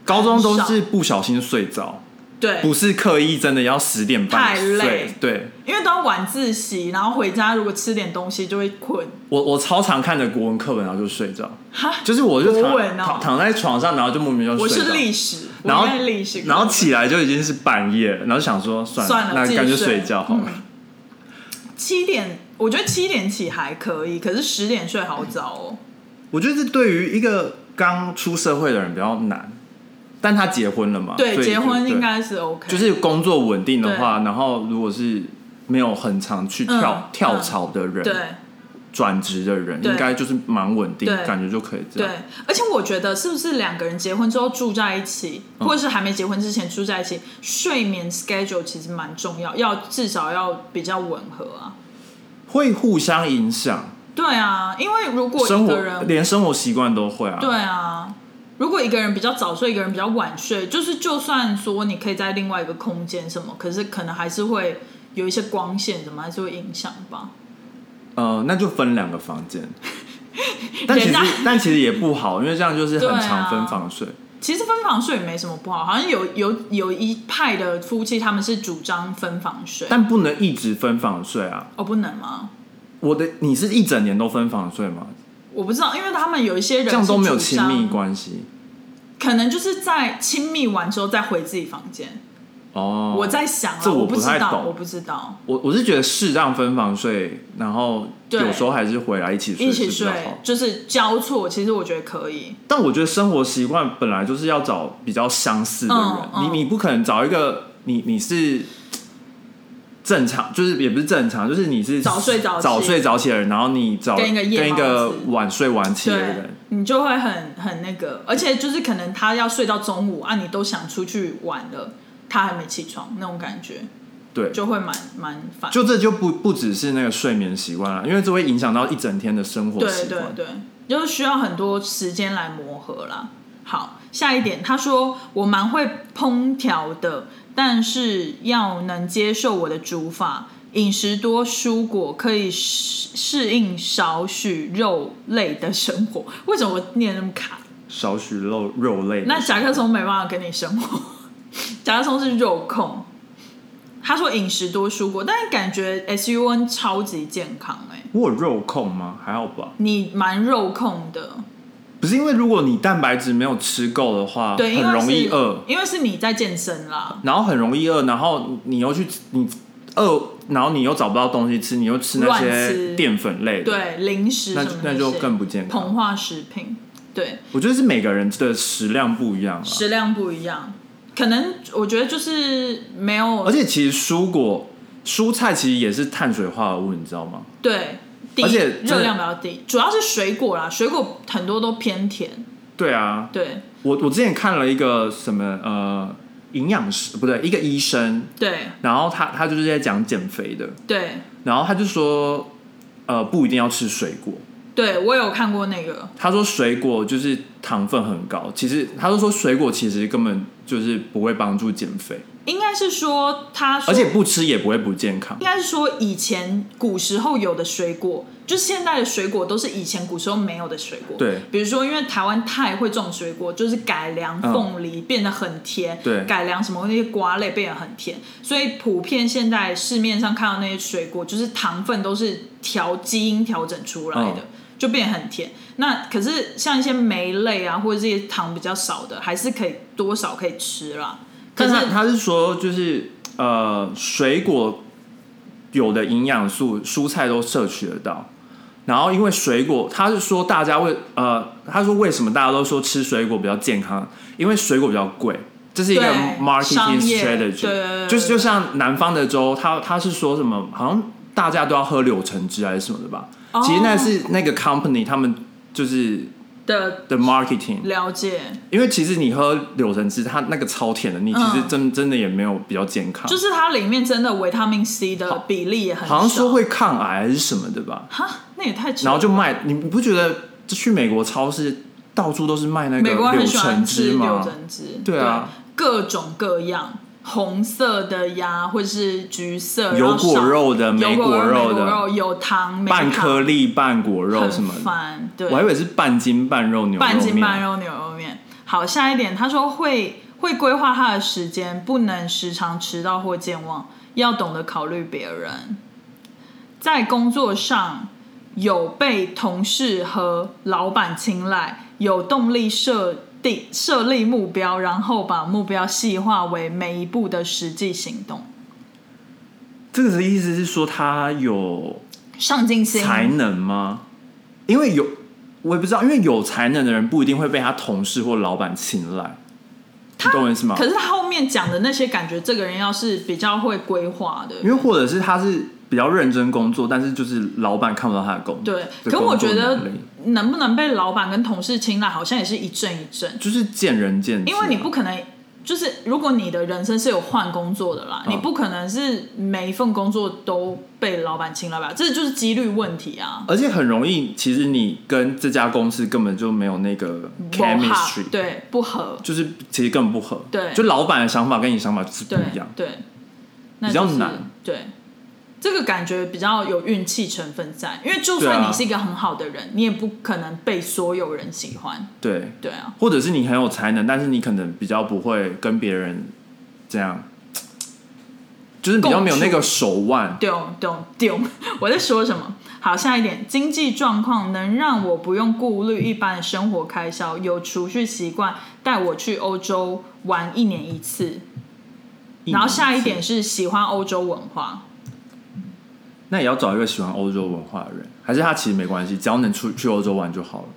[SPEAKER 2] 高中都
[SPEAKER 1] 很少
[SPEAKER 2] 是不小心睡着，
[SPEAKER 1] 对
[SPEAKER 2] 不是刻意真的要十点半
[SPEAKER 1] 太
[SPEAKER 2] 睡，
[SPEAKER 1] 累
[SPEAKER 2] 对。
[SPEAKER 1] 因为都要晚自习，然后回家如果吃点东西就会困。
[SPEAKER 2] 我我超常看的国文课本，然后就睡着，
[SPEAKER 1] 哈，
[SPEAKER 2] 就是我就
[SPEAKER 1] 国
[SPEAKER 2] 躺、
[SPEAKER 1] 文哦
[SPEAKER 2] 躺躺在床上，然后就莫名就
[SPEAKER 1] 我
[SPEAKER 2] 睡
[SPEAKER 1] 是
[SPEAKER 2] 着，
[SPEAKER 1] 历史，
[SPEAKER 2] 然后
[SPEAKER 1] 我应该历史，
[SPEAKER 2] 然后起来就已经是半夜了，然后想说算
[SPEAKER 1] 算了
[SPEAKER 2] 那
[SPEAKER 1] 自己
[SPEAKER 2] 干脆
[SPEAKER 1] 睡嗯
[SPEAKER 2] 睡觉好了。
[SPEAKER 1] 七点，我觉得七点起还可以，可是十点睡好早哦。
[SPEAKER 2] 我觉得这对于一个刚出社会的人比较难，但他结婚了嘛，所
[SPEAKER 1] 对，
[SPEAKER 2] 以
[SPEAKER 1] 结婚
[SPEAKER 2] 啊对
[SPEAKER 1] 应该是 OK，
[SPEAKER 2] 就是工作稳定的话，然后如果是没有很常去跳、
[SPEAKER 1] 嗯
[SPEAKER 2] 跳槽的人，
[SPEAKER 1] 对
[SPEAKER 2] 转职的人，
[SPEAKER 1] 对
[SPEAKER 2] 应该就是蛮稳定，
[SPEAKER 1] 对
[SPEAKER 2] 感觉就可以这
[SPEAKER 1] 对
[SPEAKER 2] 样。，
[SPEAKER 1] 而且我觉得是不是两个人结婚之后住在一起，
[SPEAKER 2] 嗯
[SPEAKER 1] 或者是还没结婚之前住在一起，睡眠 schedule 其实蛮重要，要至少要比较吻合啊。
[SPEAKER 2] 会互相影响，
[SPEAKER 1] 对啊，因为如果
[SPEAKER 2] 生
[SPEAKER 1] 一
[SPEAKER 2] 活
[SPEAKER 1] 个人
[SPEAKER 2] 连生活习惯都会啊。
[SPEAKER 1] 对啊，如果一个人比较早睡，一个人比较晚睡，就是就算说你可以在另外一个空间什么，可是可能还是会有一些光线什么，还是会影响吧。
[SPEAKER 2] 呃，那就分两个 房间。但其
[SPEAKER 1] 人
[SPEAKER 2] 实
[SPEAKER 1] 家，
[SPEAKER 2] 但其实也不好，因为这样就是
[SPEAKER 1] 对
[SPEAKER 2] 很
[SPEAKER 1] 啊
[SPEAKER 2] 常分房睡。
[SPEAKER 1] 其实分房睡也没什么不好，好像有有有一派的夫妻他们是主张分房睡，
[SPEAKER 2] 但不能一直分房睡啊！
[SPEAKER 1] 哦不能吗？
[SPEAKER 2] 我的，你是一整年都分房睡吗？
[SPEAKER 1] 我不知道，因为他们有一些人
[SPEAKER 2] 这样都没有
[SPEAKER 1] 是主
[SPEAKER 2] 亲
[SPEAKER 1] 张
[SPEAKER 2] 密关系。
[SPEAKER 1] 可能就是在亲密完之后再回自己房间。
[SPEAKER 2] 哦，
[SPEAKER 1] 我在想啊，
[SPEAKER 2] 这我
[SPEAKER 1] 我
[SPEAKER 2] 不
[SPEAKER 1] 知
[SPEAKER 2] 太
[SPEAKER 1] 道，
[SPEAKER 2] 懂
[SPEAKER 1] 我不知道。
[SPEAKER 2] 我我是觉得适当分房睡，然后
[SPEAKER 1] 对
[SPEAKER 2] 有时候还是回来一起睡
[SPEAKER 1] 一
[SPEAKER 2] 是
[SPEAKER 1] 起
[SPEAKER 2] 比较
[SPEAKER 1] 睡
[SPEAKER 2] 好。
[SPEAKER 1] 就是交错，其实我觉得可以。
[SPEAKER 2] 但我觉得生活习惯本来就是要找比较相似的人，
[SPEAKER 1] 嗯嗯
[SPEAKER 2] 你你不可能找一个你你是正常，就是也不是正常，就是你是
[SPEAKER 1] 早睡早起
[SPEAKER 2] 早睡早起的人，然后你找
[SPEAKER 1] 跟一个夜
[SPEAKER 2] 跟一个
[SPEAKER 1] 猫子
[SPEAKER 2] 晚睡晚起的
[SPEAKER 1] 对
[SPEAKER 2] 人，，
[SPEAKER 1] 你就会很很那个，而且就是可能他要睡到中午啊，你都想出去玩了，他还没起床那种感觉，
[SPEAKER 2] 对，
[SPEAKER 1] 就会蛮蛮烦。
[SPEAKER 2] 就这就不不只是那个睡眠习惯了，因为这会影响到一整天的生活
[SPEAKER 1] 对
[SPEAKER 2] 习
[SPEAKER 1] 对
[SPEAKER 2] 惯。
[SPEAKER 1] 对，就是需要很多时间来磨合啦。好，下一点，他说我蛮会烹调的，但是要能接受我的煮法，饮食多蔬果，可以适适应少许肉类的生活。为什么我念那么卡？
[SPEAKER 2] 少许肉肉类的
[SPEAKER 1] 那甲壳虫没办法跟你生活，甲壳虫是肉控。他说饮食多蔬果，但是感觉 S U N 超级健康哎、
[SPEAKER 2] 我有肉控吗？还好吧。
[SPEAKER 1] 你蛮肉控的。
[SPEAKER 2] 哦不是因为如果你蛋白质没有吃够的话，
[SPEAKER 1] 对，因为
[SPEAKER 2] 很容易
[SPEAKER 1] 是
[SPEAKER 2] 饿，
[SPEAKER 1] 因为是你在健身啦。
[SPEAKER 2] 然后很容易饿，然后你又去你饿，然后你又找不到东西吃，你又吃那
[SPEAKER 1] 乱
[SPEAKER 2] 些
[SPEAKER 1] 吃
[SPEAKER 2] 淀粉类的，，
[SPEAKER 1] 对，零食
[SPEAKER 2] 那
[SPEAKER 1] 什么
[SPEAKER 2] 那就更不健
[SPEAKER 1] 膨
[SPEAKER 2] 康。
[SPEAKER 1] 化食品，对，
[SPEAKER 2] 我觉得是每个人的食量不一样啊，
[SPEAKER 1] 食量不一样，可能我觉得就是没
[SPEAKER 2] 而
[SPEAKER 1] 有
[SPEAKER 2] 且其实蔬果、蔬菜其实也是碳水化合物，你知道吗？
[SPEAKER 1] 对低
[SPEAKER 2] 而且真的
[SPEAKER 1] 热量比较低，主要是水果啦，水果很多都偏甜，
[SPEAKER 2] 对啊，
[SPEAKER 1] 对
[SPEAKER 2] 我我之前看了一个什么呃营养师不对，一个医生，
[SPEAKER 1] 对
[SPEAKER 2] 然后他他就是在讲减肥的，
[SPEAKER 1] 对
[SPEAKER 2] 然后他就说呃不一定要吃水果，
[SPEAKER 1] 对，我有看过那个，
[SPEAKER 2] 他说水果就是糖分很高，其实他就说水果其实根本就是不会帮助减肥，
[SPEAKER 1] 应该是说他说
[SPEAKER 2] 而且不吃也不会不健康
[SPEAKER 1] 应。该是说以前古时候有的水果，就是现在的水果都是以前古时候没有的水果。
[SPEAKER 2] 对，
[SPEAKER 1] 比如说因为台湾太会种水果，就是改良
[SPEAKER 2] 嗯
[SPEAKER 1] 凤梨变得很甜，
[SPEAKER 2] 对
[SPEAKER 1] 改良什么那些瓜类变得很甜，所以普遍现在市面上看到那些水果，就是糖分都是调基因调整出来的。
[SPEAKER 2] 嗯
[SPEAKER 1] 就变得很甜，那可是像一些莓类啊，或者这些糖比较少的，还是可以多少可以吃啦。可
[SPEAKER 2] 但
[SPEAKER 1] 是
[SPEAKER 2] 是他他是说就是呃水果有的营养素，蔬菜都摄取得到。然后因为水果，他是说大家为呃，他说为什么大家都说吃水果比较健康？因为水果比较贵，这是一个
[SPEAKER 1] 对
[SPEAKER 2] marketing
[SPEAKER 1] 商业对
[SPEAKER 2] strategy。
[SPEAKER 1] 对对对
[SPEAKER 2] 就是就像南方的粥，他他是说什么？好像大家都要喝柳橙汁还是什么的吧？
[SPEAKER 1] 哦
[SPEAKER 2] 其实那是那个 company 他们就是
[SPEAKER 1] 的
[SPEAKER 2] 的 marketing，
[SPEAKER 1] 了解，
[SPEAKER 2] 因为其实你喝柳橙汁，它那个超甜的，你其实
[SPEAKER 1] 嗯
[SPEAKER 2] 真、真的也没有比较健康，
[SPEAKER 1] 就是它里面真的维他命 C 的比例也很少，
[SPEAKER 2] 好像说会抗癌还是什么的吧。
[SPEAKER 1] 哈，那也太扯了
[SPEAKER 2] 然后就卖，你不觉得去美国超市到处都是卖那
[SPEAKER 1] 美国人
[SPEAKER 2] 个柳
[SPEAKER 1] 很喜欢
[SPEAKER 2] 橙
[SPEAKER 1] 吃
[SPEAKER 2] 汁
[SPEAKER 1] 柳
[SPEAKER 2] 吗？
[SPEAKER 1] 橙汁，
[SPEAKER 2] 对啊
[SPEAKER 1] 各种各样。红色的呀，或者是橘色，然
[SPEAKER 2] 有
[SPEAKER 1] 后
[SPEAKER 2] 果
[SPEAKER 1] 少
[SPEAKER 2] 肉的
[SPEAKER 1] 有
[SPEAKER 2] 没
[SPEAKER 1] 果
[SPEAKER 2] 果
[SPEAKER 1] 肉
[SPEAKER 2] 肉
[SPEAKER 1] 没果
[SPEAKER 2] 的
[SPEAKER 1] 肉有糖，没
[SPEAKER 2] 半
[SPEAKER 1] 糖
[SPEAKER 2] 颗粒、半果肉什么
[SPEAKER 1] 很
[SPEAKER 2] 的，
[SPEAKER 1] 烦，对，
[SPEAKER 2] 我还以为是半斤半肉牛肉面。
[SPEAKER 1] 半斤半肉牛肉面。好，下一点，他说会会规划他的时间，不能时常迟到或健忘，要懂得考虑别人。在工作上有被同事和老板青睐，有动力设定设立目标，然后把目标细化为每一步的实际行动。
[SPEAKER 2] 这个的意思是说他有
[SPEAKER 1] 上进心，
[SPEAKER 2] 才能吗？因为有我也不知道，因为有才能的人不一定会被他同事或老板青睐，你懂我意思吗
[SPEAKER 1] 可？是他后面讲的那些，感觉这个人要是比较会规划的，
[SPEAKER 2] 因为或者是他是比较认真工作，但是就是老板看不到他的工作，
[SPEAKER 1] 对，
[SPEAKER 2] 的
[SPEAKER 1] 可我
[SPEAKER 2] 工作
[SPEAKER 1] 觉得
[SPEAKER 2] 能力
[SPEAKER 1] 能不能被老板跟同事青睐，好像也是一阵一阵，
[SPEAKER 2] 就是见仁见智啊，
[SPEAKER 1] 因为你不可能。就是如果你的人生是有换工作的啦，
[SPEAKER 2] 嗯
[SPEAKER 1] 你不可能是每一份工作都被老板青睐吧？这就是几率问题啊。
[SPEAKER 2] 而且很容易，其实你跟这家公司根本就没有那个
[SPEAKER 1] 不合
[SPEAKER 2] chemistry，，
[SPEAKER 1] 对，不合，
[SPEAKER 2] 就是其实根本不合，
[SPEAKER 1] 对
[SPEAKER 2] 就老板的想法跟你想法是不
[SPEAKER 1] 对
[SPEAKER 2] 一样，
[SPEAKER 1] 对，那
[SPEAKER 2] 比较
[SPEAKER 1] 就是
[SPEAKER 2] 难。
[SPEAKER 1] 对，这个感觉比较有运气成分在，因为就
[SPEAKER 2] 对
[SPEAKER 1] 算
[SPEAKER 2] 啊
[SPEAKER 1] 你是一个很好的人，你也不可能被所有人喜欢。
[SPEAKER 2] 对。
[SPEAKER 1] 对啊，
[SPEAKER 2] 或者是你很有才能，但是你可能比较不会跟别人这样，就是比较没有那个手腕。
[SPEAKER 1] 懂懂懂，我在说什么？好，下一点，经济状况能让我不用顾虑一般的生活开销，有储蓄习惯，带我去欧洲玩一年一次。然后下一点是喜欢欧洲文化，
[SPEAKER 2] 那也要找一个喜欢欧洲文化的人，还是他其实没关系，只要能出去欧洲玩就好了。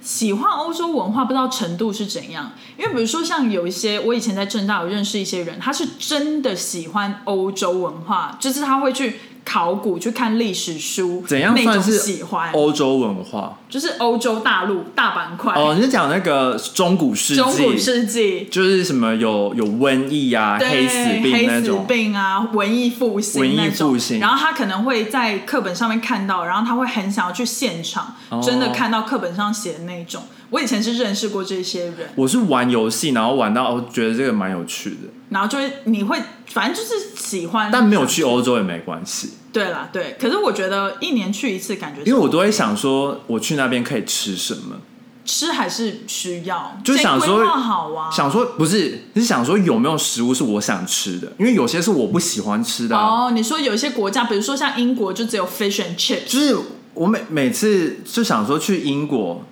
[SPEAKER 1] 喜欢欧洲文化，不知道程度是怎样。因为比如说，像有一些我以前在正大有认识一些人，他是真的喜欢欧洲文化，就是他会去考古、去看历史书，
[SPEAKER 2] 怎样
[SPEAKER 1] 那
[SPEAKER 2] 算
[SPEAKER 1] 种
[SPEAKER 2] 是
[SPEAKER 1] 喜欢？
[SPEAKER 2] 欧洲文化
[SPEAKER 1] 就是欧洲大陆大板块、
[SPEAKER 2] 哦，你是讲那个中古世纪，
[SPEAKER 1] 哎中古世纪，
[SPEAKER 2] 就是什么有有瘟疫啊、
[SPEAKER 1] 对
[SPEAKER 2] 黑死病那
[SPEAKER 1] 死
[SPEAKER 2] 种，
[SPEAKER 1] 病啊，文艺复兴
[SPEAKER 2] 文艺
[SPEAKER 1] 那种
[SPEAKER 2] 复兴
[SPEAKER 1] 然后他可能会在课本上面看到，然后他会很想要去现场，
[SPEAKER 2] 哦
[SPEAKER 1] 真的看到课本上写的那种。我以前是认识过这些人，
[SPEAKER 2] 我是玩游戏，然后玩到哦觉得这个蛮有趣的，
[SPEAKER 1] 然后就会你会反正就是喜欢，
[SPEAKER 2] 但没有去哦欧洲也没关系，
[SPEAKER 1] 对啦，对。可是我觉得一年去一次，感觉
[SPEAKER 2] 因为我都会想说，我去那边可以吃什么，
[SPEAKER 1] 吃还是需要，
[SPEAKER 2] 就是想说
[SPEAKER 1] 这规划好啊，
[SPEAKER 2] 想说不是，是想说有没有食物是我想吃的，因为有些是我不喜欢吃的啊、
[SPEAKER 1] 哦，你说有一些国家，比如说像英国，就只有 fish and chips，
[SPEAKER 2] 就是我每每次就想说去英国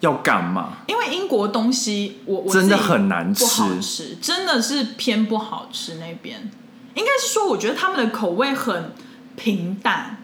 [SPEAKER 2] 要干嘛，
[SPEAKER 1] 因为英国东西我我
[SPEAKER 2] 真的
[SPEAKER 1] 自己
[SPEAKER 2] 很难
[SPEAKER 1] 不
[SPEAKER 2] 吃
[SPEAKER 1] 好吃，真的是偏不好吃那边。应该是说，我觉得他们的口味很平淡，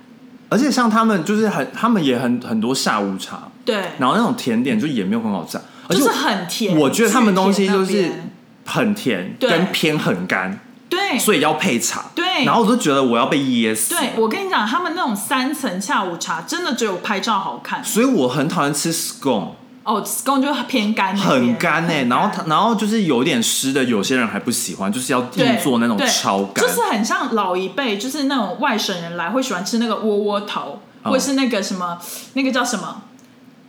[SPEAKER 2] 而且像他们就是很，他们也很很多下午茶，
[SPEAKER 1] 对，
[SPEAKER 2] 然后那种甜点就也没有很好吃啊，而
[SPEAKER 1] 就
[SPEAKER 2] 且
[SPEAKER 1] 是
[SPEAKER 2] 我
[SPEAKER 1] 很甜。
[SPEAKER 2] 我觉得他们东西就
[SPEAKER 1] 巨甜
[SPEAKER 2] 是
[SPEAKER 1] 那边
[SPEAKER 2] 很甜，
[SPEAKER 1] 对
[SPEAKER 2] 跟偏很干，
[SPEAKER 1] 对，
[SPEAKER 2] 所以要配茶。
[SPEAKER 1] 对
[SPEAKER 2] 然后我就觉得我要被噎死。
[SPEAKER 1] 对我跟你讲，他们那种三层下午茶，真的只有拍照好看。
[SPEAKER 2] 所以我很讨厌吃 scone，
[SPEAKER 1] 哦，公就偏干那边，
[SPEAKER 2] 很干哎、然后它然后就是有点湿的，有些人还不喜欢，就是要
[SPEAKER 1] 对
[SPEAKER 2] 硬做那种
[SPEAKER 1] 对
[SPEAKER 2] 超干。
[SPEAKER 1] 就是很像老一辈，就是那种外省人来会喜欢吃那个窝窝头，
[SPEAKER 2] 哦
[SPEAKER 1] 或者是那个什么，那个叫什么，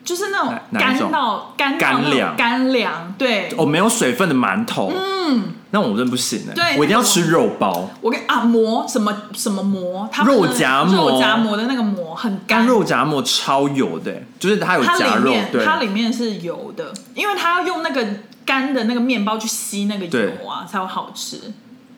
[SPEAKER 1] 就是那种
[SPEAKER 2] 哪哪一
[SPEAKER 1] 干
[SPEAKER 2] 种
[SPEAKER 1] 到干到
[SPEAKER 2] 干
[SPEAKER 1] 那种
[SPEAKER 2] 粮
[SPEAKER 1] 干粮，对。
[SPEAKER 2] 哦，没有水分的馒头，嗯，那我真不行哎、
[SPEAKER 1] 对
[SPEAKER 2] 我一定要
[SPEAKER 1] 那种
[SPEAKER 2] 吃肉包。
[SPEAKER 1] 我跟啊馍什么什么馍，他们
[SPEAKER 2] 肉
[SPEAKER 1] 的
[SPEAKER 2] 夹馍
[SPEAKER 1] 肉夹馍的那个馍很
[SPEAKER 2] 干
[SPEAKER 1] 干，
[SPEAKER 2] 肉夹馍超油的、欸就是它有
[SPEAKER 1] 它
[SPEAKER 2] 夹
[SPEAKER 1] 里
[SPEAKER 2] 肉，
[SPEAKER 1] 面
[SPEAKER 2] 对，
[SPEAKER 1] 它里面是油的，因为它要用那个干的那个面包去吸那个
[SPEAKER 2] 对
[SPEAKER 1] 油啊，才会好吃。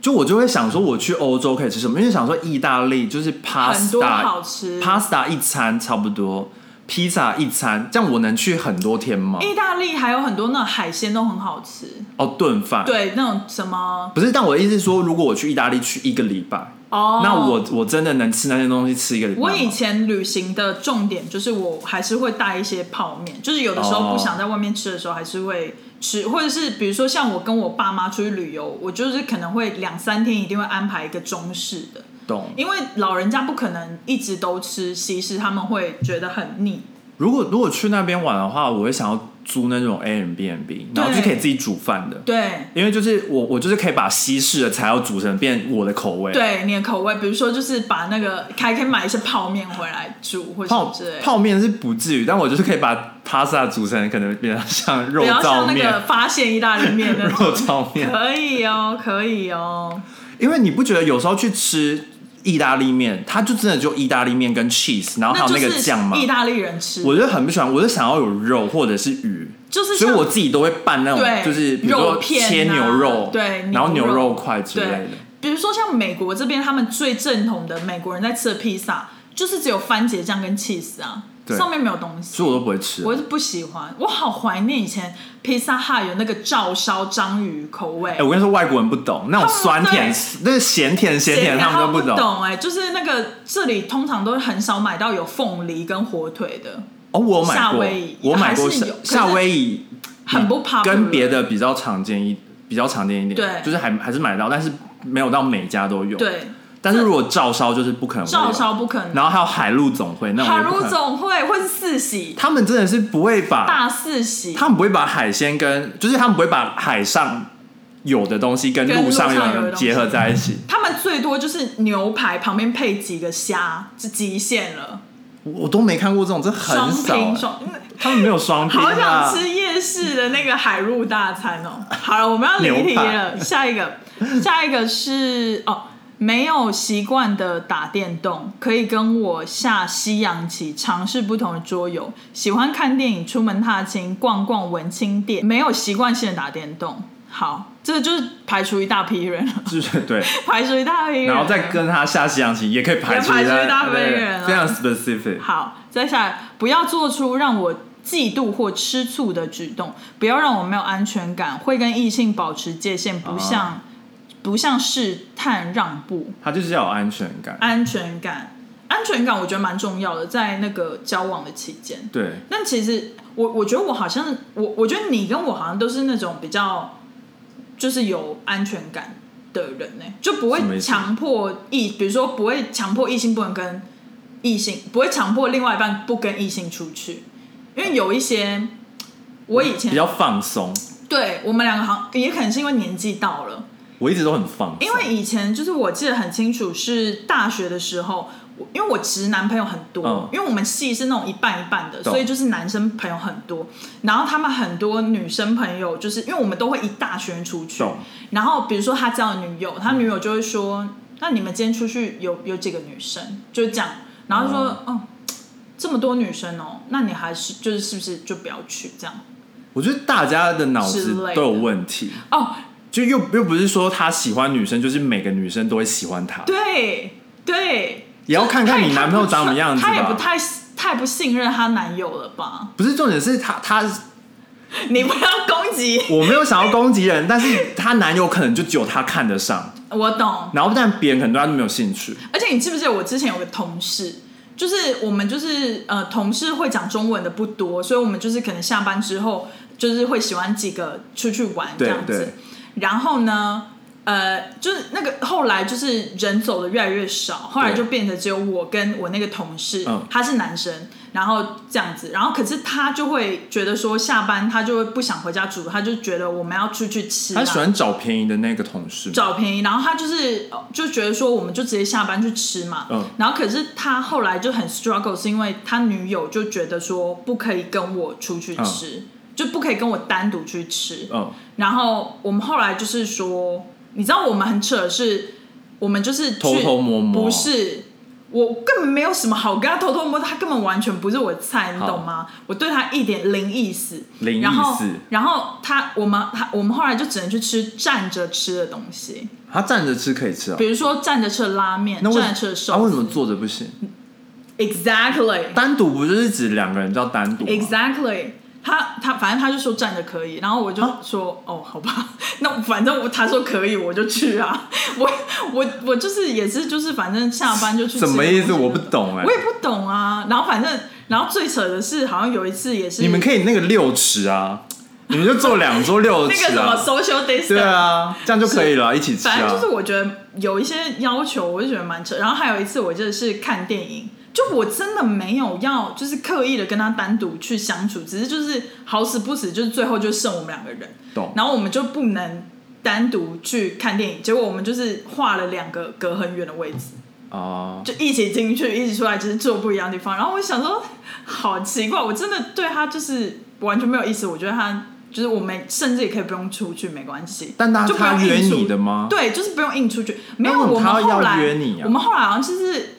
[SPEAKER 2] 就我就会想说，我去欧洲可以吃什么？因为想说意大利就是
[SPEAKER 1] 很多
[SPEAKER 2] pasta
[SPEAKER 1] 好吃。
[SPEAKER 2] pasta 一餐差不多，披萨一餐，这样我能去很多天吗？
[SPEAKER 1] 意大利还有很多那种海鲜都很好吃，
[SPEAKER 2] 哦，炖饭。
[SPEAKER 1] 对，那种什么
[SPEAKER 2] 不是，但我的意思是说，如果我去意大利去一个礼拜，
[SPEAKER 1] 哦，
[SPEAKER 2] 那我我真的能吃那些东西吃一个礼拜吗？
[SPEAKER 1] 我以前旅行的重点就是我还是会带一些泡面，就是有的时候
[SPEAKER 2] 哦
[SPEAKER 1] 不想在外面吃的时候，还是会吃，或者是比如说像我跟我爸妈出去旅游，我就是可能会两三天一定会安排一个中式的，
[SPEAKER 2] 懂。
[SPEAKER 1] 因为老人家不可能一直都吃西式，他们会觉得很腻。
[SPEAKER 2] 如果如果去那边玩的话，我会想要租那种 Airbnb，然后就可以自己煮饭的，
[SPEAKER 1] 对
[SPEAKER 2] 因为就是我我就是可以把西式的材料煮成变我的口味。
[SPEAKER 1] 对，你的口味，比如说就是把那个还可以买一些泡面回来煮，或者什
[SPEAKER 2] 泡
[SPEAKER 1] 么之类的。
[SPEAKER 2] 泡面是不至于，但我就是可以把 pasta 煮成可能比较像肉
[SPEAKER 1] 不要
[SPEAKER 2] 燥
[SPEAKER 1] 像那
[SPEAKER 2] 面、
[SPEAKER 1] 个发现意大利面那种
[SPEAKER 2] 肉，燥 面，
[SPEAKER 1] 可以哦，可以哦。
[SPEAKER 2] 因为你不觉得有时候去吃意大利面，它就真的就意大利面跟 cheese，然后还
[SPEAKER 1] 那
[SPEAKER 2] 有
[SPEAKER 1] 就
[SPEAKER 2] 那个
[SPEAKER 1] 是
[SPEAKER 2] 酱嘛，
[SPEAKER 1] 意大利人吃，
[SPEAKER 2] 我就很不喜欢，我就想要有肉或者是鱼，
[SPEAKER 1] 就是
[SPEAKER 2] 所以
[SPEAKER 1] 像
[SPEAKER 2] 我自己都会拌那
[SPEAKER 1] 对
[SPEAKER 2] 种，就是比如
[SPEAKER 1] 肉
[SPEAKER 2] 说
[SPEAKER 1] 片啊
[SPEAKER 2] 切牛肉，
[SPEAKER 1] 对
[SPEAKER 2] 然后
[SPEAKER 1] 牛
[SPEAKER 2] 牛
[SPEAKER 1] 肉
[SPEAKER 2] 肉块之类的
[SPEAKER 1] 对。，比如说像美国这边，他们最正统的美国人在吃的披萨，就是只有番茄酱跟 cheese 啊，
[SPEAKER 2] 对
[SPEAKER 1] 上面没有东西。
[SPEAKER 2] 所以我都不会吃，
[SPEAKER 1] 我是不喜欢，我好怀念以前披萨哈有那个照烧章鱼口味
[SPEAKER 2] 哎、，我跟你说，外国人不懂那种酸甜，那是咸甜咸甜，他们都
[SPEAKER 1] 不
[SPEAKER 2] 懂。
[SPEAKER 1] 哎、就是那个这里通常都很少买到有凤梨跟火腿的，
[SPEAKER 2] 哦，我有买
[SPEAKER 1] 夏
[SPEAKER 2] 过
[SPEAKER 1] 威夷，
[SPEAKER 2] 我买过
[SPEAKER 1] 还是
[SPEAKER 2] 夏
[SPEAKER 1] 有可是
[SPEAKER 2] 夏威夷
[SPEAKER 1] 很不 popular。
[SPEAKER 2] 跟别的比较常见一比较常见一点，
[SPEAKER 1] 对
[SPEAKER 2] 就是还还是买到，但是没有到每家都有。，
[SPEAKER 1] 对
[SPEAKER 2] 但是如果照烧就是不可能会有
[SPEAKER 1] 照，烧不可能，
[SPEAKER 2] 然后还有海陆总会那种
[SPEAKER 1] 海
[SPEAKER 2] 也不可
[SPEAKER 1] 陆
[SPEAKER 2] 能，
[SPEAKER 1] 总会或是四喜
[SPEAKER 2] 他们真的是不会把，
[SPEAKER 1] 大四喜，
[SPEAKER 2] 他们不会把海鲜跟，就是他们不会把海上有的东西跟
[SPEAKER 1] 跟
[SPEAKER 2] 陆上
[SPEAKER 1] 陆上有的
[SPEAKER 2] 有的
[SPEAKER 1] 东西
[SPEAKER 2] 结合在一起。
[SPEAKER 1] 他们最多就是牛排旁边配几个虾，是极限了。
[SPEAKER 2] 我我都没看过这种，这
[SPEAKER 1] 双
[SPEAKER 2] 很少
[SPEAKER 1] 拼
[SPEAKER 2] 欸，
[SPEAKER 1] 双，嗯
[SPEAKER 2] 他们没有双拼
[SPEAKER 1] 好
[SPEAKER 2] 啊
[SPEAKER 1] 想。吃夜市的那个海陆大餐 哦。好了，我们要离题
[SPEAKER 2] 牛排
[SPEAKER 1] 了，下一个，下一个是哦，没有习惯的打电动，可以跟我下西洋棋，尝试不同的桌游，喜欢看电影，出门踏青，逛逛文青店，没有习惯性的打电动。好，这就是排除一大批人了，
[SPEAKER 2] 就是对，
[SPEAKER 1] 排除一大批人，
[SPEAKER 2] 然后再跟他下西洋棋也可以排除
[SPEAKER 1] 也排除
[SPEAKER 2] 大
[SPEAKER 1] 一大堆
[SPEAKER 2] 对
[SPEAKER 1] 人啊
[SPEAKER 2] 非常 specific。
[SPEAKER 1] 好，再下来，不要做出让我嫉妒或吃醋的举动，不要让我没有安全感，会跟异性保持界限，不像、不像试探让步，
[SPEAKER 2] 他就是要有安全感，
[SPEAKER 1] 安全感，安全感我觉得蛮重要的，在那个交往的期间。
[SPEAKER 2] 对，
[SPEAKER 1] 但其实我我觉得我好像我我觉得你跟我好像都是那种比较就是有安全感的人呢、就不
[SPEAKER 2] 什么
[SPEAKER 1] 会
[SPEAKER 2] 意思
[SPEAKER 1] 强迫异，比如说不会强迫异性不能跟异性，不会强迫另外一半不跟异性出去，因为有一些我以
[SPEAKER 2] 比
[SPEAKER 1] 前
[SPEAKER 2] 较放松。
[SPEAKER 1] 对我们两个好像也可能是因为年纪到了。
[SPEAKER 2] 我一直都很放松，
[SPEAKER 1] 因为以前就是我记得很清楚，是大学的时候，我因为我直男朋友很多，
[SPEAKER 2] 嗯
[SPEAKER 1] 因为我们系是那种一半一半的，
[SPEAKER 2] 懂
[SPEAKER 1] 所以就是男生朋友很多，然后他们很多女生朋友，就是因为我们都会一大群人出去
[SPEAKER 2] 懂，嗯
[SPEAKER 1] 然后比如说他交了女友，他女友就会说：“那你们今天出去有有几个女生？”就是这样，然后就说：“
[SPEAKER 2] 嗯
[SPEAKER 1] 哦，这么多女生哦，那你还是就是是不是就不要去这样
[SPEAKER 2] 我觉得大家的脑
[SPEAKER 1] 之
[SPEAKER 2] 子
[SPEAKER 1] 类的
[SPEAKER 2] 都有问题，？”
[SPEAKER 1] 哦，
[SPEAKER 2] 就又又不是说他喜欢女生，就是每个女生都会喜欢他，
[SPEAKER 1] 对对，
[SPEAKER 2] 也要看看你男朋友长什么样子
[SPEAKER 1] 她也不
[SPEAKER 2] 吧。
[SPEAKER 1] 太太不信任她男友了吧？
[SPEAKER 2] 不是重点是他他，
[SPEAKER 1] 你不要攻击，
[SPEAKER 2] 我没有想要攻击人，但是她男友可能就只有她看得上，
[SPEAKER 1] 我懂。
[SPEAKER 2] 然后但别人可能对她都没有兴趣。
[SPEAKER 1] 而且你记不记得我之前有个同事，就是我们就是呃同事会讲中文的不多，所以我们就是可能下班之后就是会喜欢几个出去玩这
[SPEAKER 2] 对
[SPEAKER 1] 样子
[SPEAKER 2] 对。
[SPEAKER 1] 然后呢，呃，就是那个后来就是人走的越来越少，后来
[SPEAKER 2] 对
[SPEAKER 1] 就变得只有我跟我那个同事，
[SPEAKER 2] 嗯
[SPEAKER 1] 他是男生，然后这样子，然后可是他就会觉得说下班他就会不想回家煮，他就觉得我们要出去吃、啊，
[SPEAKER 2] 他喜欢找便宜的那个同事吗，
[SPEAKER 1] 找便宜，然后他就是呃就觉得说，我们就直接下班去吃嘛。
[SPEAKER 2] 嗯
[SPEAKER 1] 然后可是他后来就很 struggle，是因为他女友就觉得说不可以跟我出去吃，就不可以跟我单独去吃。
[SPEAKER 2] 嗯，
[SPEAKER 1] 然后我们后来就是说，你知道我们很扯的是，我们就是去
[SPEAKER 2] 偷偷摸摸
[SPEAKER 1] 不是。我根本没有什么好跟他偷偷摸，他根本完全不是我的菜，你
[SPEAKER 2] 好
[SPEAKER 1] 懂吗？我对他一点零意思，
[SPEAKER 2] 零意
[SPEAKER 1] 然后
[SPEAKER 2] 思，
[SPEAKER 1] 然后他我们他我们后来就只能去吃站着吃的东西，
[SPEAKER 2] 他站着吃可以吃啊
[SPEAKER 1] 比，如说站着吃的拉面，
[SPEAKER 2] 那为
[SPEAKER 1] 站着吃的
[SPEAKER 2] 他为
[SPEAKER 1] 寿
[SPEAKER 2] 什
[SPEAKER 1] 司。
[SPEAKER 2] 么坐着不行？
[SPEAKER 1] Exactly,
[SPEAKER 2] 单独不就是指两个人叫单独吗哦
[SPEAKER 1] exactly 他。他反正他就说站着可以，然后我就
[SPEAKER 2] 啊
[SPEAKER 1] 说、哦，好吧， 那反正我他说可以，我就去啊。 我我我就是也是就是反正下班就去吃
[SPEAKER 2] 什
[SPEAKER 1] 东西。
[SPEAKER 2] 么意思？我不懂哎、
[SPEAKER 1] 我也不懂啊。然后反正然后最扯的是，好像有一次也是
[SPEAKER 2] 你们可以那个六尺啊，你们就坐两桌六
[SPEAKER 1] 那个
[SPEAKER 2] 尺
[SPEAKER 1] 什么
[SPEAKER 2] 啊，
[SPEAKER 1] social distance，
[SPEAKER 2] 对啊，这样就可以了，一起吃
[SPEAKER 1] 反正
[SPEAKER 2] 啊
[SPEAKER 1] 就。是我觉得有一些要求，我就觉得蛮扯。然后还有一次，我就是看电影，就我真的没有要就是刻意的跟他单独去相处，只是就是好死不死，就是最后就剩我们两个人，
[SPEAKER 2] 懂
[SPEAKER 1] 然后我们就不能单独去看电影，结果我们就是画了两个隔很远的位置，
[SPEAKER 2] 哦，
[SPEAKER 1] 就一起进去，一起出来，只是坐不一样的地方。然后我想说，好奇怪，我真的对他就是完全没有意思。我觉得他就是我们甚至也可以不用出去，没关系。
[SPEAKER 2] 但他
[SPEAKER 1] 就不用
[SPEAKER 2] 他约
[SPEAKER 1] 硬出
[SPEAKER 2] 你的吗？
[SPEAKER 1] 对，就是不用硬出去。没有，
[SPEAKER 2] 那为
[SPEAKER 1] 我们
[SPEAKER 2] 什么他
[SPEAKER 1] 后来
[SPEAKER 2] 要约你啊
[SPEAKER 1] 我们后来好像就是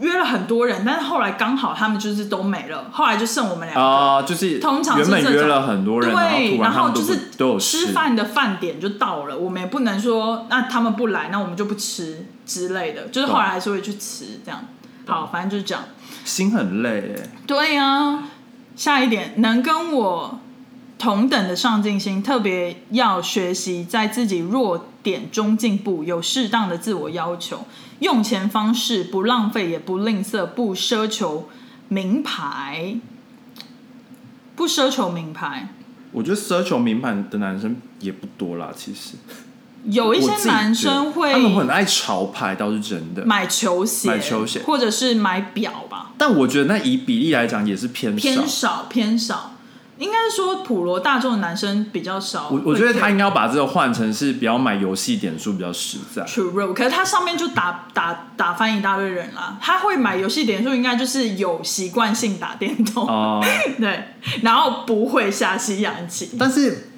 [SPEAKER 1] 约了很多人，但是后来刚好他们就是都没了，后来就剩我们两个。
[SPEAKER 2] 啊、就是
[SPEAKER 1] 通常是
[SPEAKER 2] 原本
[SPEAKER 1] 这
[SPEAKER 2] 约
[SPEAKER 1] 种
[SPEAKER 2] 了很多人，然后
[SPEAKER 1] 对，
[SPEAKER 2] 突然
[SPEAKER 1] 然
[SPEAKER 2] 他
[SPEAKER 1] 后
[SPEAKER 2] 们都
[SPEAKER 1] 就
[SPEAKER 2] 不
[SPEAKER 1] 是
[SPEAKER 2] 都有
[SPEAKER 1] 吃
[SPEAKER 2] 事，
[SPEAKER 1] 饭的饭点就到了，我们也不能说那他们不来，那我们就不吃之类的，就是后来还是会去吃这样。好，反正就是这样。
[SPEAKER 2] 心很累哎。
[SPEAKER 1] 对啊，下一点能跟我同等的上进心，特别要学习在自己弱点中进步，有适当的自我要求，用钱方式不浪费，也不吝啬，不奢求名牌，不奢求名牌。
[SPEAKER 2] 我觉得奢求名牌的男生也不多啦，其实
[SPEAKER 1] 有一
[SPEAKER 2] 我自己
[SPEAKER 1] 些男
[SPEAKER 2] 觉得
[SPEAKER 1] 生
[SPEAKER 2] 他们会很爱潮牌，倒是真的。
[SPEAKER 1] 买球鞋，
[SPEAKER 2] 买球鞋
[SPEAKER 1] 或者是买表吧，
[SPEAKER 2] 但我觉得那以比例来讲也是偏少。
[SPEAKER 1] 偏少偏少。应该是说普罗大众的男生比较少会
[SPEAKER 2] 我
[SPEAKER 1] 看。
[SPEAKER 2] 我觉得他应该要把这个换成是不要买游戏点数比较实在。
[SPEAKER 1] True Road，可是它上面就打打打翻一大堆人啦。他会买游戏点数，应该就是有习惯性打电动，
[SPEAKER 2] 哦、
[SPEAKER 1] 对，然后不会下西洋棋。
[SPEAKER 2] 但是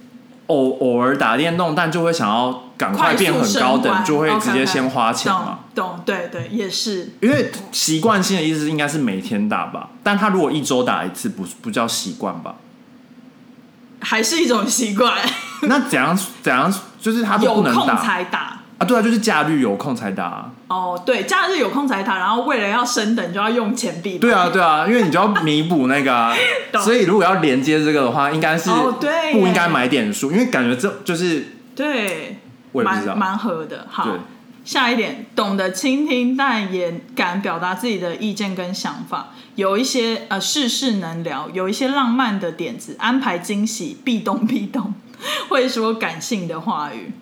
[SPEAKER 2] 偶偶尔打电动，但就会想要赶快变很
[SPEAKER 1] 快
[SPEAKER 2] 高
[SPEAKER 1] 速升
[SPEAKER 2] 等，
[SPEAKER 1] 官
[SPEAKER 2] 就会直接
[SPEAKER 1] OK，OK
[SPEAKER 2] 先花钱嘛。
[SPEAKER 1] 懂懂，对对，也是
[SPEAKER 2] 因为习惯性的意思应该是每天打吧，但他 如果一周打一次不，不叫习惯吧？
[SPEAKER 1] 还是一种习惯。
[SPEAKER 2] 那怎样怎样就是他都
[SPEAKER 1] 有
[SPEAKER 2] 不能
[SPEAKER 1] 空
[SPEAKER 2] 打
[SPEAKER 1] 才打。
[SPEAKER 2] 啊？对啊，就是假日有空才打啊、
[SPEAKER 1] 哦，对，假日有空才打，然后为了要升等就要用钱币。，
[SPEAKER 2] 对啊，对啊，因为你就要弥补那个啊
[SPEAKER 1] 懂
[SPEAKER 2] 所以如果要连接这个的话，应该是
[SPEAKER 1] 哦对耶
[SPEAKER 2] 不应该买点数，因为感觉这就是
[SPEAKER 1] 对，
[SPEAKER 2] 我也不知道
[SPEAKER 1] 蛮蛮合的。好
[SPEAKER 2] 对，
[SPEAKER 1] 下一点，懂得倾听，但也敢表达自己的意见跟想法。有一些呃事事能聊，有一些浪漫的点子，安排惊喜，壁咚壁咚， 会说感性的话语。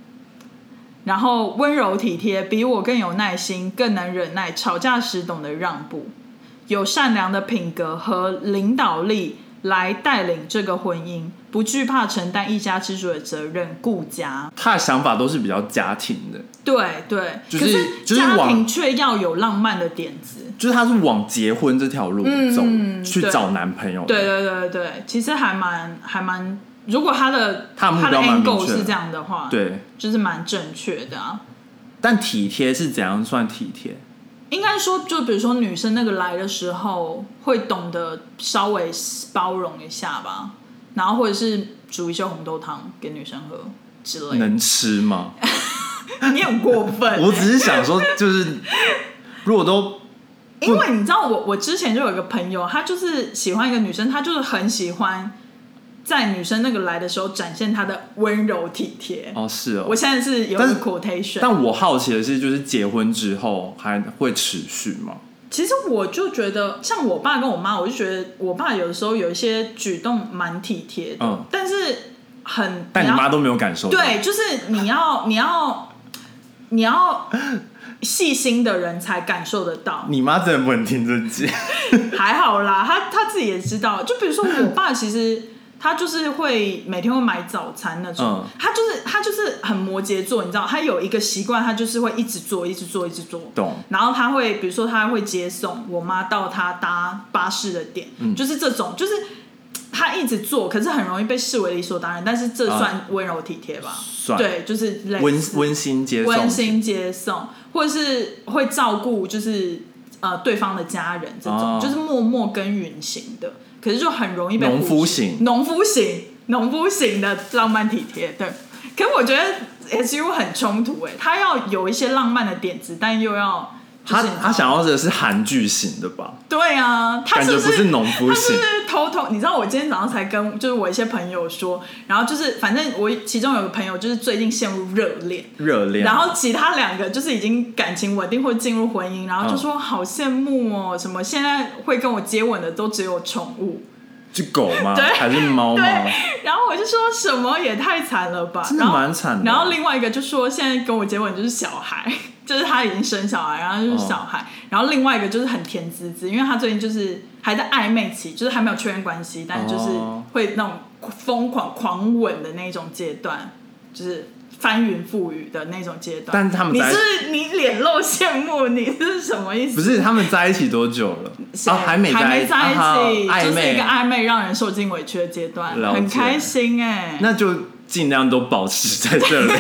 [SPEAKER 1] 然后温柔体贴，比我更有耐心，更能忍耐，吵架时懂得让步，有善良的品格和领导力来带领这个婚姻，不惧怕承担一家之主的责任，顾家。
[SPEAKER 2] 他的想法都是比较家庭的，
[SPEAKER 1] 对对，
[SPEAKER 2] 就是
[SPEAKER 1] 可
[SPEAKER 2] 就是
[SPEAKER 1] 家
[SPEAKER 2] 往
[SPEAKER 1] 庭却要有浪漫的点子。
[SPEAKER 2] 就是他是往结婚这条路走，
[SPEAKER 1] 嗯
[SPEAKER 2] 去
[SPEAKER 1] 对
[SPEAKER 2] 找男朋友的。
[SPEAKER 1] 对对对对，其实还蛮还蛮，如果他的
[SPEAKER 2] 他的目
[SPEAKER 1] 的
[SPEAKER 2] 标蛮明
[SPEAKER 1] angle
[SPEAKER 2] 确
[SPEAKER 1] 是
[SPEAKER 2] 的
[SPEAKER 1] 这样的话，，
[SPEAKER 2] 对，
[SPEAKER 1] 就是蛮正确的啊。
[SPEAKER 2] 但体贴是怎样算体贴？
[SPEAKER 1] 应该说，就比如说女生那个来的时候，会懂得稍微包容一下吧，然后或者是煮一些红豆汤给女生喝之类的。
[SPEAKER 2] 能吃吗？
[SPEAKER 1] 你很过分欸、
[SPEAKER 2] 我只是想说，就是如果都
[SPEAKER 1] 因为你知道我，我之前就有一个朋友，他就是喜欢一个女生，他就是很喜欢在女生那个来的时候展现他的温柔体贴。
[SPEAKER 2] 哦是哦
[SPEAKER 1] 我，现在是有一
[SPEAKER 2] 但
[SPEAKER 1] 个
[SPEAKER 2] 是
[SPEAKER 1] quotation，
[SPEAKER 2] 但我好奇的是，就是结婚之后还会持续吗？
[SPEAKER 1] 其实我就觉得，像我爸跟我妈，我就觉得我爸有的时候有一些举动蛮体贴的，
[SPEAKER 2] 嗯
[SPEAKER 1] 但是很
[SPEAKER 2] 但你
[SPEAKER 1] 要
[SPEAKER 2] 妈都没有感受到，
[SPEAKER 1] 对，就是你要你要你要细心的人才感受得到。
[SPEAKER 2] 你妈真的不能听 这集。
[SPEAKER 1] 还好啦，他他自己也知道。就比如说我爸，其实他就是会每天会买早餐那种，
[SPEAKER 2] 嗯
[SPEAKER 1] 他就是他就是很摩羯座，你知道，他有一个习惯，他就是会一直做，一直做，一直做。
[SPEAKER 2] 懂
[SPEAKER 1] 然后他会，比如说他会接送我妈到她搭巴士的点，
[SPEAKER 2] 嗯
[SPEAKER 1] 就是这种，就是他一直做，可是很容易被视为理所当然，但是这算温柔体贴吧？
[SPEAKER 2] 啊算
[SPEAKER 1] 对，就是类似
[SPEAKER 2] 温温馨接送，
[SPEAKER 1] 温馨接送，或者是会照顾，就是呃对方的家人这种，
[SPEAKER 2] 哦
[SPEAKER 1] 就是默默耕耘型的，可是就很容易被
[SPEAKER 2] 农夫
[SPEAKER 1] 忽视
[SPEAKER 2] 型
[SPEAKER 1] 农夫型、农夫型的浪漫体贴。对，可是我觉得 S U 很冲突哎、他要有一些浪漫的点子，但又要、就是
[SPEAKER 2] 他
[SPEAKER 1] 你知道
[SPEAKER 2] 他想要的是韩剧型的吧？
[SPEAKER 1] 对啊，他
[SPEAKER 2] 感
[SPEAKER 1] 是
[SPEAKER 2] 觉不
[SPEAKER 1] 是
[SPEAKER 2] 是农夫
[SPEAKER 1] 他是
[SPEAKER 2] 型
[SPEAKER 1] 不是偷偷，你知道我今天早上才跟就是我一些朋友说，然后就是反正我其中有个朋友就是最近陷入热恋，
[SPEAKER 2] 热恋，
[SPEAKER 1] 然后其他两个就是已经感情稳定或进入婚姻，然后就说好羡慕哦，什么现在会跟我接吻的都只有宠物，
[SPEAKER 2] 是狗吗？
[SPEAKER 1] 对
[SPEAKER 2] 还是猫吗？
[SPEAKER 1] 对，然后我就说什么也太惨了吧，
[SPEAKER 2] 真的
[SPEAKER 1] 然后
[SPEAKER 2] 蛮惨的
[SPEAKER 1] 然后另外一个就说现在跟我接吻就是小孩， 就是他已经生小孩，然后就是小
[SPEAKER 2] 哦
[SPEAKER 1] 孩，然后另外一个就是很甜滋滋，因为他最近就是还在暧昧期，就是还没有确认关系，但就是
[SPEAKER 2] 哦
[SPEAKER 1] 会那种疯狂狂吻的那种阶段，就是。翻云覆雨的那种阶段，
[SPEAKER 2] 但他们
[SPEAKER 1] 你
[SPEAKER 2] 在
[SPEAKER 1] 是你脸露羡慕，你是什么意思？
[SPEAKER 2] 不是他们在一起多久了？
[SPEAKER 1] 谁
[SPEAKER 2] 啊，还没
[SPEAKER 1] 还
[SPEAKER 2] 在
[SPEAKER 1] 没在一
[SPEAKER 2] 啊哈
[SPEAKER 1] 起，
[SPEAKER 2] 暧
[SPEAKER 1] 就是一
[SPEAKER 2] 昧
[SPEAKER 1] 个，暧昧让人受尽委屈的阶段，
[SPEAKER 2] 了解
[SPEAKER 1] 很开心哎、
[SPEAKER 2] 那就尽量都保持在这里。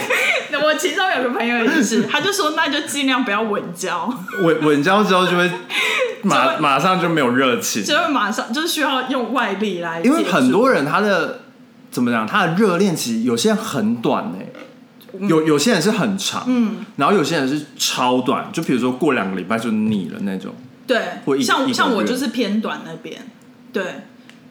[SPEAKER 1] 那我其中有个朋友也是，他就说那就尽量不要稳交，
[SPEAKER 2] 稳稳交之后就 会马马上就没有热情，
[SPEAKER 1] 就会马上就是需要用外力来解
[SPEAKER 2] 因
[SPEAKER 1] 除，
[SPEAKER 2] 为很多人他的怎么讲，他的热恋期有些人很短哎、
[SPEAKER 1] 嗯
[SPEAKER 2] 有有些人是很长，嗯，然后有些人是超短，就比如说过两个礼拜就腻了那种，或
[SPEAKER 1] 对，
[SPEAKER 2] 一一
[SPEAKER 1] 像
[SPEAKER 2] 个
[SPEAKER 1] 像我
[SPEAKER 2] 月
[SPEAKER 1] 就是偏短那边，对。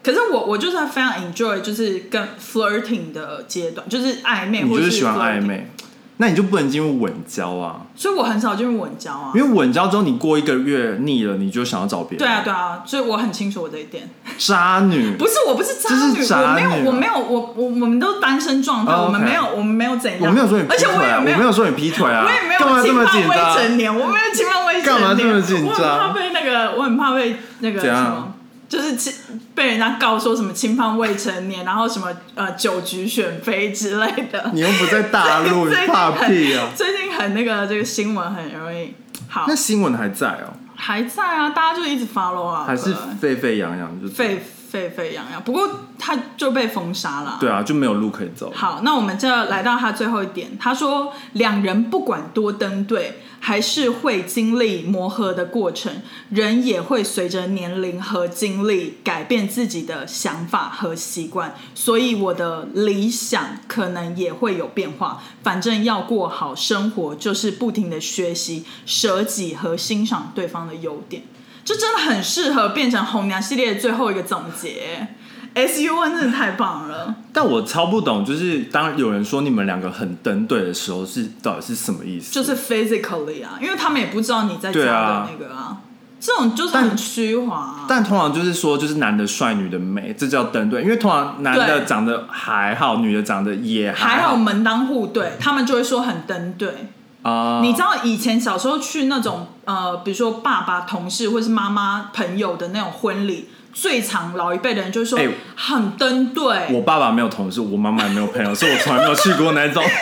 [SPEAKER 1] 可是我我就是非常 enjoy 就是跟 flirting 的阶段，就是暧昧
[SPEAKER 2] 你
[SPEAKER 1] 哎或
[SPEAKER 2] 就是是喜欢
[SPEAKER 1] flirting
[SPEAKER 2] 暧，昧，那你就不能进入稳交啊，
[SPEAKER 1] 所以我很少进入稳交啊。
[SPEAKER 2] 因为稳交之后你过一个月腻了，你就想要找别人，
[SPEAKER 1] 对啊，对啊，所以我很清楚我这一点。
[SPEAKER 2] 渣女
[SPEAKER 1] 不是，我不是渣
[SPEAKER 2] 这
[SPEAKER 1] 女，
[SPEAKER 2] 是渣
[SPEAKER 1] 我
[SPEAKER 2] 女啊
[SPEAKER 1] 没有，我没有，我我我们都是单身状态，
[SPEAKER 2] 哦
[SPEAKER 1] 我们
[SPEAKER 2] OK
[SPEAKER 1] 没有，我们没有怎样，
[SPEAKER 2] 我没有说你劈
[SPEAKER 1] 而且
[SPEAKER 2] 腿、
[SPEAKER 1] 我也
[SPEAKER 2] 啊，我
[SPEAKER 1] 没
[SPEAKER 2] 没有说你劈腿啊，
[SPEAKER 1] 我也没
[SPEAKER 2] 干嘛
[SPEAKER 1] 有
[SPEAKER 2] 这
[SPEAKER 1] 侵
[SPEAKER 2] 么紧
[SPEAKER 1] 犯未
[SPEAKER 2] 张？
[SPEAKER 1] 成年，我没有侵犯未成年，
[SPEAKER 2] 干嘛这么紧张
[SPEAKER 1] 我很怕被那个，我很怕被那个
[SPEAKER 2] 怎
[SPEAKER 1] 什
[SPEAKER 2] 样
[SPEAKER 1] 么，就是侵被人家告说什么侵犯未成年，然后什么呃酒局选妃之类的。
[SPEAKER 2] 你又不在大 陆，你
[SPEAKER 1] 最近
[SPEAKER 2] 怕
[SPEAKER 1] 很
[SPEAKER 2] 屁啊！
[SPEAKER 1] 最近很那个这个新闻很容易好
[SPEAKER 2] 那新闻还在哦、
[SPEAKER 1] 还在啊，大家就一直 follow 啊，
[SPEAKER 2] 还是沸沸扬扬，就是
[SPEAKER 1] 沸沸沸扬扬。不过他就被封杀了啊、
[SPEAKER 2] 对啊，就没有路可以走。
[SPEAKER 1] 好，那我们就来到他最后一点，他说两人不管多登对，还是会经历磨合的过程，人也会随着年龄和经历改变自己的想法和习惯，所以我的理想可能也会有变化。反正要过好生活，就是不停的学习、舍己和欣赏对方的优点。这真的很适合变成红娘系列最后一个总结。S U N 真的太棒了。
[SPEAKER 2] 但我超不懂，就是当有人说你们两个很登对的时候是，到底是什么意思？
[SPEAKER 1] 就是 physically 啊，因为他们也不知道你在家的那个啊，这种就是很虚华、啊。
[SPEAKER 2] 但通常就是说，就是男的帅，女的美，这叫登对。因为通常男的
[SPEAKER 1] 对
[SPEAKER 2] 长得还好，女的长得也
[SPEAKER 1] 还好
[SPEAKER 2] 好嗯
[SPEAKER 1] 门当户对，他们就会说很登对。
[SPEAKER 2] 啊。
[SPEAKER 1] 你知道以前小时候去那种呃，比如说爸爸同事或是妈妈朋友的那种婚礼，最常老一辈的人就会说
[SPEAKER 2] 哎
[SPEAKER 1] 很登对，
[SPEAKER 2] 我爸爸没有同事，我妈妈也没有朋友，所以我从来没有去过 那种。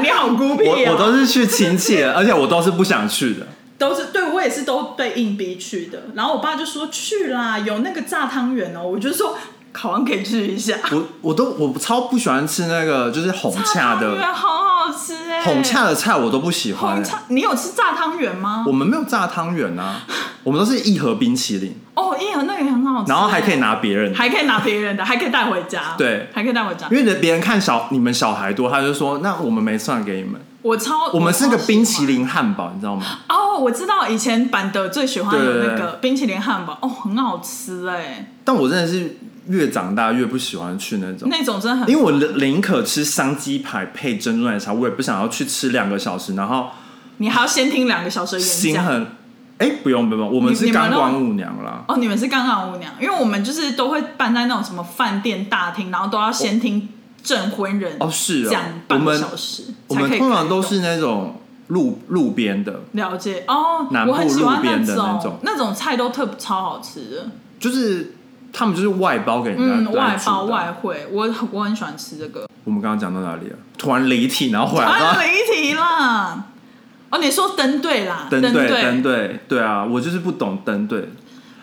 [SPEAKER 1] 你好孤僻
[SPEAKER 2] 我
[SPEAKER 1] 啊！
[SPEAKER 2] 我都是去亲戚的，而且我都是不想去的。
[SPEAKER 1] 都是对我也是都被硬逼去的，然后我爸就说去啦，有那个炸汤圆哦，我就说好像可以去一下。
[SPEAKER 2] 我我都我超不喜欢吃那个就是 红
[SPEAKER 1] 炸
[SPEAKER 2] 恰
[SPEAKER 1] 汤
[SPEAKER 2] 的
[SPEAKER 1] 圆好好吃哎、
[SPEAKER 2] 红恰的菜，我都不喜欢、
[SPEAKER 1] 红
[SPEAKER 2] 欸。
[SPEAKER 1] 茶，你有吃炸汤圆吗
[SPEAKER 2] 我？们没有炸汤圆啊，我们都是一盒冰淇淋，
[SPEAKER 1] 哦，啊一盒那个也很好吃，
[SPEAKER 2] 然后还可以，拿别人的。
[SPEAKER 1] 还可以拿别人的，还可以带回家，
[SPEAKER 2] 对
[SPEAKER 1] 还可以带回家
[SPEAKER 2] 因。为人别人看小你们小孩多，他就说那我们没算给你们，
[SPEAKER 1] 我超，
[SPEAKER 2] 我们是
[SPEAKER 1] 超
[SPEAKER 2] 个
[SPEAKER 1] 喜欢
[SPEAKER 2] 冰淇淋汉堡，你知道吗？
[SPEAKER 1] 哦，我知道以前板德最喜欢有那
[SPEAKER 2] 对对
[SPEAKER 1] 个冰淇淋汉堡，哦，很好吃哎，
[SPEAKER 2] 但我真的是越长大越不喜欢去那种，
[SPEAKER 1] 那种真的很
[SPEAKER 2] 因为我宁可吃香鸡排配珍珠奶茶，我也不想要去吃两个小时，然后
[SPEAKER 1] 你还要先听两个小时的演
[SPEAKER 2] 心
[SPEAKER 1] 讲。
[SPEAKER 2] 很哎、不用不用，我们
[SPEAKER 1] 你
[SPEAKER 2] 是
[SPEAKER 1] 你们
[SPEAKER 2] 钢
[SPEAKER 1] 那
[SPEAKER 2] 管舞娘啦。
[SPEAKER 1] 哦，你们是刚刚舞娘，因为我们就是都会办在那种什么饭店大厅，然后都要先听证婚人
[SPEAKER 2] 哦，是哦
[SPEAKER 1] 讲，
[SPEAKER 2] 我
[SPEAKER 1] 半个
[SPEAKER 2] 们
[SPEAKER 1] 小时，
[SPEAKER 2] 我们
[SPEAKER 1] 才可以
[SPEAKER 2] 通常
[SPEAKER 1] 开
[SPEAKER 2] 都
[SPEAKER 1] 动
[SPEAKER 2] 是那种路路边的，
[SPEAKER 1] 了解哦，
[SPEAKER 2] 南
[SPEAKER 1] 我很
[SPEAKER 2] 部
[SPEAKER 1] 喜
[SPEAKER 2] 路
[SPEAKER 1] 欢
[SPEAKER 2] 边
[SPEAKER 1] 那
[SPEAKER 2] 的
[SPEAKER 1] 种
[SPEAKER 2] 那种
[SPEAKER 1] 那种菜都特超好吃的，
[SPEAKER 2] 就是他们就是外包给人家
[SPEAKER 1] 嗯，
[SPEAKER 2] 来
[SPEAKER 1] 外
[SPEAKER 2] 煮
[SPEAKER 1] 包
[SPEAKER 2] 的
[SPEAKER 1] 外。汇，我我很喜欢吃这个。
[SPEAKER 2] 我们刚刚讲到哪里了？突然离题，然后回来到
[SPEAKER 1] 啊，离题啦！哦，你说登对啦，
[SPEAKER 2] 登
[SPEAKER 1] 对
[SPEAKER 2] 对登对对啊，我就是不懂登对。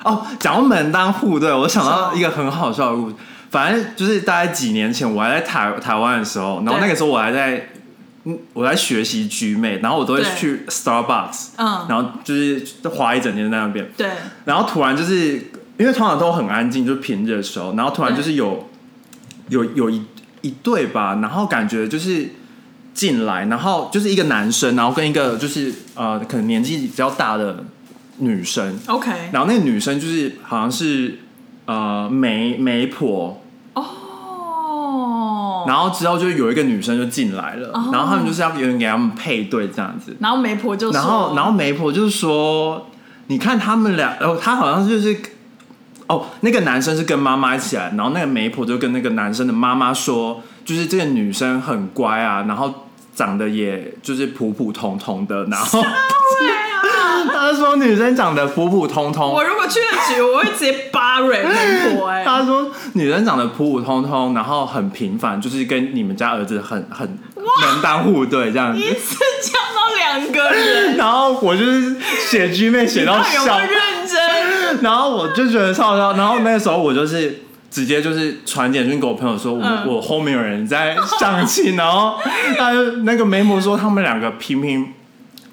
[SPEAKER 2] 哦，讲到门当户对，我想到一个很好笑的故事。反正就是大概几年前，我还在台台湾的时候，然后
[SPEAKER 1] 对
[SPEAKER 2] 那个时候我还在，嗯，我在学习居妹，然后我都会
[SPEAKER 1] 对
[SPEAKER 2] 去 Starbucks，
[SPEAKER 1] 嗯
[SPEAKER 2] 然后就是花一整天在那边，
[SPEAKER 1] 对
[SPEAKER 2] 然后突然就是因为通常都很安静，就是平日的时候，然后突然
[SPEAKER 1] 嗯
[SPEAKER 2] 就是有有有一一对吧，然后感觉就是进来，然后就是一个男生，然后跟一个就是呃可能年纪比较大的女生，
[SPEAKER 1] ，OK，
[SPEAKER 2] 然后那个女生就是好像是呃媒媒婆，
[SPEAKER 1] 哦，
[SPEAKER 2] 然后之后就有一个女生就进来了，
[SPEAKER 1] 哦
[SPEAKER 2] 然后他们就是要有人给他们配对这样子，
[SPEAKER 1] 然后媒婆就说
[SPEAKER 2] 然后，然后媒婆就说：“你看他们俩，然后他好像就是，哦，那个男生是跟妈妈一起来，然后那个媒婆就跟那个男生的妈妈说，就是这个女生很乖啊，然后长得也就是普普通通的，然 后
[SPEAKER 1] 对啊，
[SPEAKER 2] 他说女生长得普普通 通
[SPEAKER 1] 我，如果去了局，我会直接扒蕊媒婆哎，
[SPEAKER 2] 他说女生长得普普通通，然后很平凡，就是跟你们家儿子很很门当户对这样子。”
[SPEAKER 1] 一次呛到两个人，
[SPEAKER 2] 然后我就是写剧妹写到
[SPEAKER 1] 到底有没
[SPEAKER 2] 笑
[SPEAKER 1] 有认真？
[SPEAKER 2] 然后我就觉得超好笑，然后那时候我就是直接就是传简讯给我朋友说，我、
[SPEAKER 1] 嗯
[SPEAKER 2] 我后面有人在相亲，然后他就那个媒婆说他们两个平平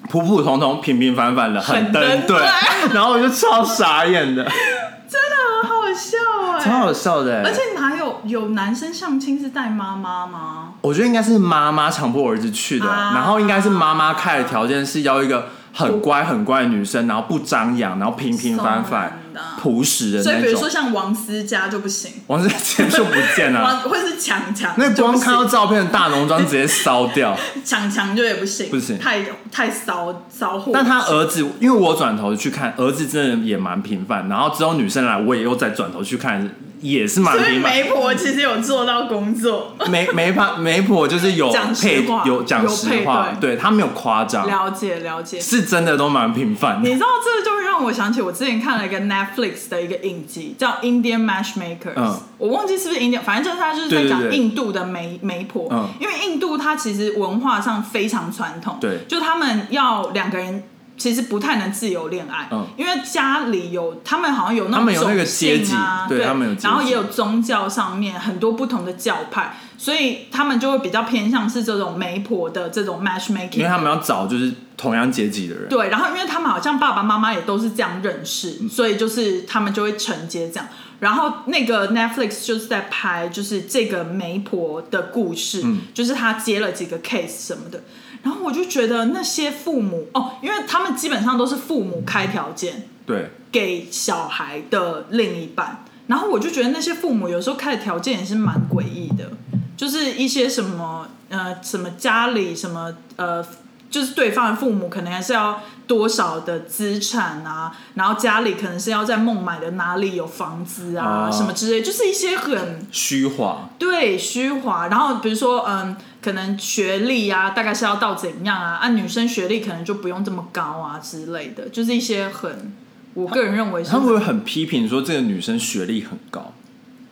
[SPEAKER 2] 普普通通、平平凡凡的，
[SPEAKER 1] 很
[SPEAKER 2] 很
[SPEAKER 1] 登
[SPEAKER 2] 登对
[SPEAKER 1] 对，
[SPEAKER 2] 然后我就超傻眼的，
[SPEAKER 1] 真的很好笑
[SPEAKER 2] 超
[SPEAKER 1] 哎，
[SPEAKER 2] 好笑的、欸
[SPEAKER 1] 而且哪有有男生相亲是带妈妈吗？
[SPEAKER 2] 我觉得应该是妈妈强迫儿子去的，
[SPEAKER 1] 啊
[SPEAKER 2] 然后应该是妈妈开的条件是要一个很乖很乖的女生，然后不张扬，然后平平凡
[SPEAKER 1] 送
[SPEAKER 2] 凡
[SPEAKER 1] 人的、
[SPEAKER 2] 朴实的
[SPEAKER 1] 所以比
[SPEAKER 2] 那
[SPEAKER 1] 如说
[SPEAKER 2] 种。
[SPEAKER 1] 像王思佳就不行，
[SPEAKER 2] 王志健就不见 了、
[SPEAKER 1] 王或是强强，
[SPEAKER 2] 啊那光看到
[SPEAKER 1] 就
[SPEAKER 2] 照片的大浓妆直接烧掉，
[SPEAKER 1] 不行强强就也不行，
[SPEAKER 2] 不行
[SPEAKER 1] 太太骚骚货。
[SPEAKER 2] 但他儿子，因为我转头去看，儿子真的也蛮平凡。然后之后女生来，我也又再转头去看，也是蛮
[SPEAKER 1] 所以
[SPEAKER 2] 平凡。
[SPEAKER 1] 媒婆其实有做到工作，
[SPEAKER 2] 媒媒婆媒婆就是有
[SPEAKER 1] 讲实
[SPEAKER 2] 配
[SPEAKER 1] 话
[SPEAKER 2] 有讲
[SPEAKER 1] 有
[SPEAKER 2] 实
[SPEAKER 1] 配
[SPEAKER 2] 话，
[SPEAKER 1] 对
[SPEAKER 2] 对他没有夸张，
[SPEAKER 1] 了解了解。
[SPEAKER 2] 是真的都蛮平凡
[SPEAKER 1] 你
[SPEAKER 2] 的。
[SPEAKER 1] 知道，这就让我想起我之前看了一个 Netflix 的一个影集，叫《Indian Matchmakers》，
[SPEAKER 2] 嗯
[SPEAKER 1] 我忘记是不是 Indian，反正就是他就是在
[SPEAKER 2] 对对
[SPEAKER 1] 讲
[SPEAKER 2] 对
[SPEAKER 1] 印度的媒媒婆，
[SPEAKER 2] 嗯
[SPEAKER 1] 因为印度它其实文化上非常传统，
[SPEAKER 2] 对
[SPEAKER 1] 就他们要两个人其实不太能自由恋爱，
[SPEAKER 2] 嗯
[SPEAKER 1] 因为家里有他们好像有那
[SPEAKER 2] 他
[SPEAKER 1] 种
[SPEAKER 2] 们有那个
[SPEAKER 1] 种姓
[SPEAKER 2] 阶级
[SPEAKER 1] 啊，
[SPEAKER 2] 对
[SPEAKER 1] 对
[SPEAKER 2] 他们有阶级
[SPEAKER 1] 然后也有宗教上面很多不同的教派，所以他们就会比较偏向是这种媒婆的这种 matchmaking，
[SPEAKER 2] 因为他们要找就是同样阶级的人。嗯
[SPEAKER 1] 对，然后因为他们好像爸爸妈妈也都是这样认识，所以就是他们就会承接这样。然后那个 Netflix 就是在拍就是这个媒婆的故事，
[SPEAKER 2] 嗯
[SPEAKER 1] 就是她接了几个 case 什么的。然后我就觉得那些父母哦，因为他们基本上都是父母开条件
[SPEAKER 2] 对，
[SPEAKER 1] 给小孩的另一半，然后我就觉得那些父母有时候开的条件也是蛮诡异的，就是一些什么呃什么家里什么呃，就是对方的父母可能还是要多少的资产啊，然后家里可能是要在孟买的哪里有房子啊、
[SPEAKER 2] 哦
[SPEAKER 1] 什么之类，就是一些很
[SPEAKER 2] 虚化，
[SPEAKER 1] 对虚华，然后比如说嗯，可能学历啊，大概是要到怎样啊？啊，女生学历可能就不用这么高啊之类的，就是一些很，我个人认为是
[SPEAKER 2] 他们会很批评说这个女生学历很高，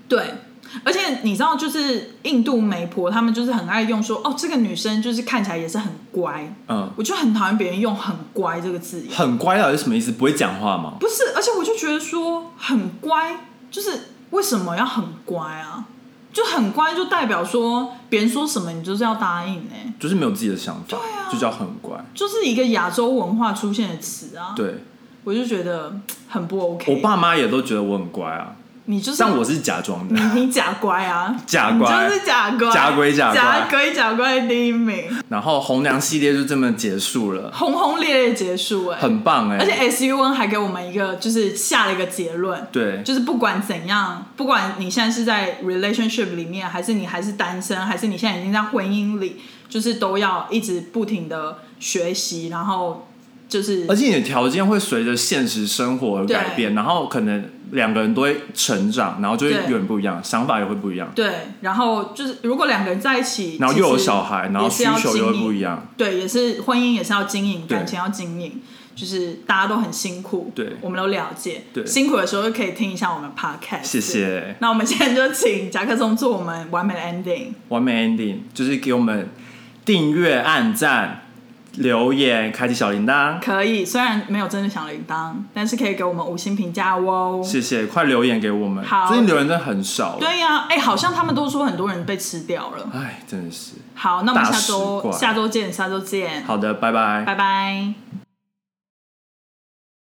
[SPEAKER 1] 对。而且你知道，就是印度媒婆，他们就是很爱用说，哦，这个女生就是看起来也是很乖，
[SPEAKER 2] 嗯，
[SPEAKER 1] 我就很讨厌别人用“很乖”这个字眼。
[SPEAKER 2] 很乖到底是什么意思？不会讲话吗？
[SPEAKER 1] 不是，而且我就觉得说很乖，就是为什么要很乖啊？就很乖，就代表说别人说什么你就是要答应哎、
[SPEAKER 2] 就是没有自己的想法，
[SPEAKER 1] 啊
[SPEAKER 2] 就叫很乖。
[SPEAKER 1] 就是一个亚洲文化出现的词啊。，
[SPEAKER 2] 对
[SPEAKER 1] 我就觉得嘖很不 OK。
[SPEAKER 2] 我爸妈也都觉得我很乖啊，
[SPEAKER 1] 你就是
[SPEAKER 2] 但我是假装的
[SPEAKER 1] 你。你假乖啊，
[SPEAKER 2] 假乖
[SPEAKER 1] 你就是假乖，
[SPEAKER 2] 假鬼假乖
[SPEAKER 1] 假鬼假乖的第一名，
[SPEAKER 2] 然后红娘系列就这么结束了，
[SPEAKER 1] 轰轰烈烈结束哎、
[SPEAKER 2] 很棒哎、
[SPEAKER 1] 而且 S U N 还给我们一个就是下了一个结论。
[SPEAKER 2] 对，
[SPEAKER 1] 就是不管怎样，不管你现在是在 relationship 里面，还是你还是单身，还是你现在已经在婚姻里，就是都要一直不停的学习，然后就是
[SPEAKER 2] 而且你的条件会随着现实生活而改变，然后可能两个人都会成长，然后就会
[SPEAKER 1] 对
[SPEAKER 2] 有点不一样，想法也会不一样，
[SPEAKER 1] 对，然后就是如果两个人在一起，
[SPEAKER 2] 然后
[SPEAKER 1] 其实
[SPEAKER 2] 又有小孩，然后
[SPEAKER 1] 也
[SPEAKER 2] 需
[SPEAKER 1] 是要
[SPEAKER 2] 求又会
[SPEAKER 1] 经营
[SPEAKER 2] 不一样。
[SPEAKER 1] 对，也是婚姻也是要经营，
[SPEAKER 2] 对
[SPEAKER 1] 感情要经营，就是大家都很辛苦，
[SPEAKER 2] 对
[SPEAKER 1] 我们都了解，
[SPEAKER 2] 对
[SPEAKER 1] 辛苦的时候就可以听一下我们 podcast，
[SPEAKER 2] 谢。谢，
[SPEAKER 1] 那我们现在就请夹克松做我们完美的 ending，
[SPEAKER 2] 完美 ending 就是给我们订阅、按赞、留言、开启小铃铛，
[SPEAKER 1] 可以，虽然没有真的响铃铛，但是可以给我们五星评价哦。
[SPEAKER 2] 谢谢，快留言给我们，
[SPEAKER 1] 好
[SPEAKER 2] 最近留言真的很少，，
[SPEAKER 1] 对呀、哎、好像他们都说很多人被吃掉了。
[SPEAKER 2] 哎，真的是，
[SPEAKER 1] 好，那我们
[SPEAKER 2] 大
[SPEAKER 1] 下
[SPEAKER 2] 食
[SPEAKER 1] 周
[SPEAKER 2] 怪
[SPEAKER 1] 下周见，下周见，
[SPEAKER 2] 好的，拜拜。
[SPEAKER 1] 拜拜。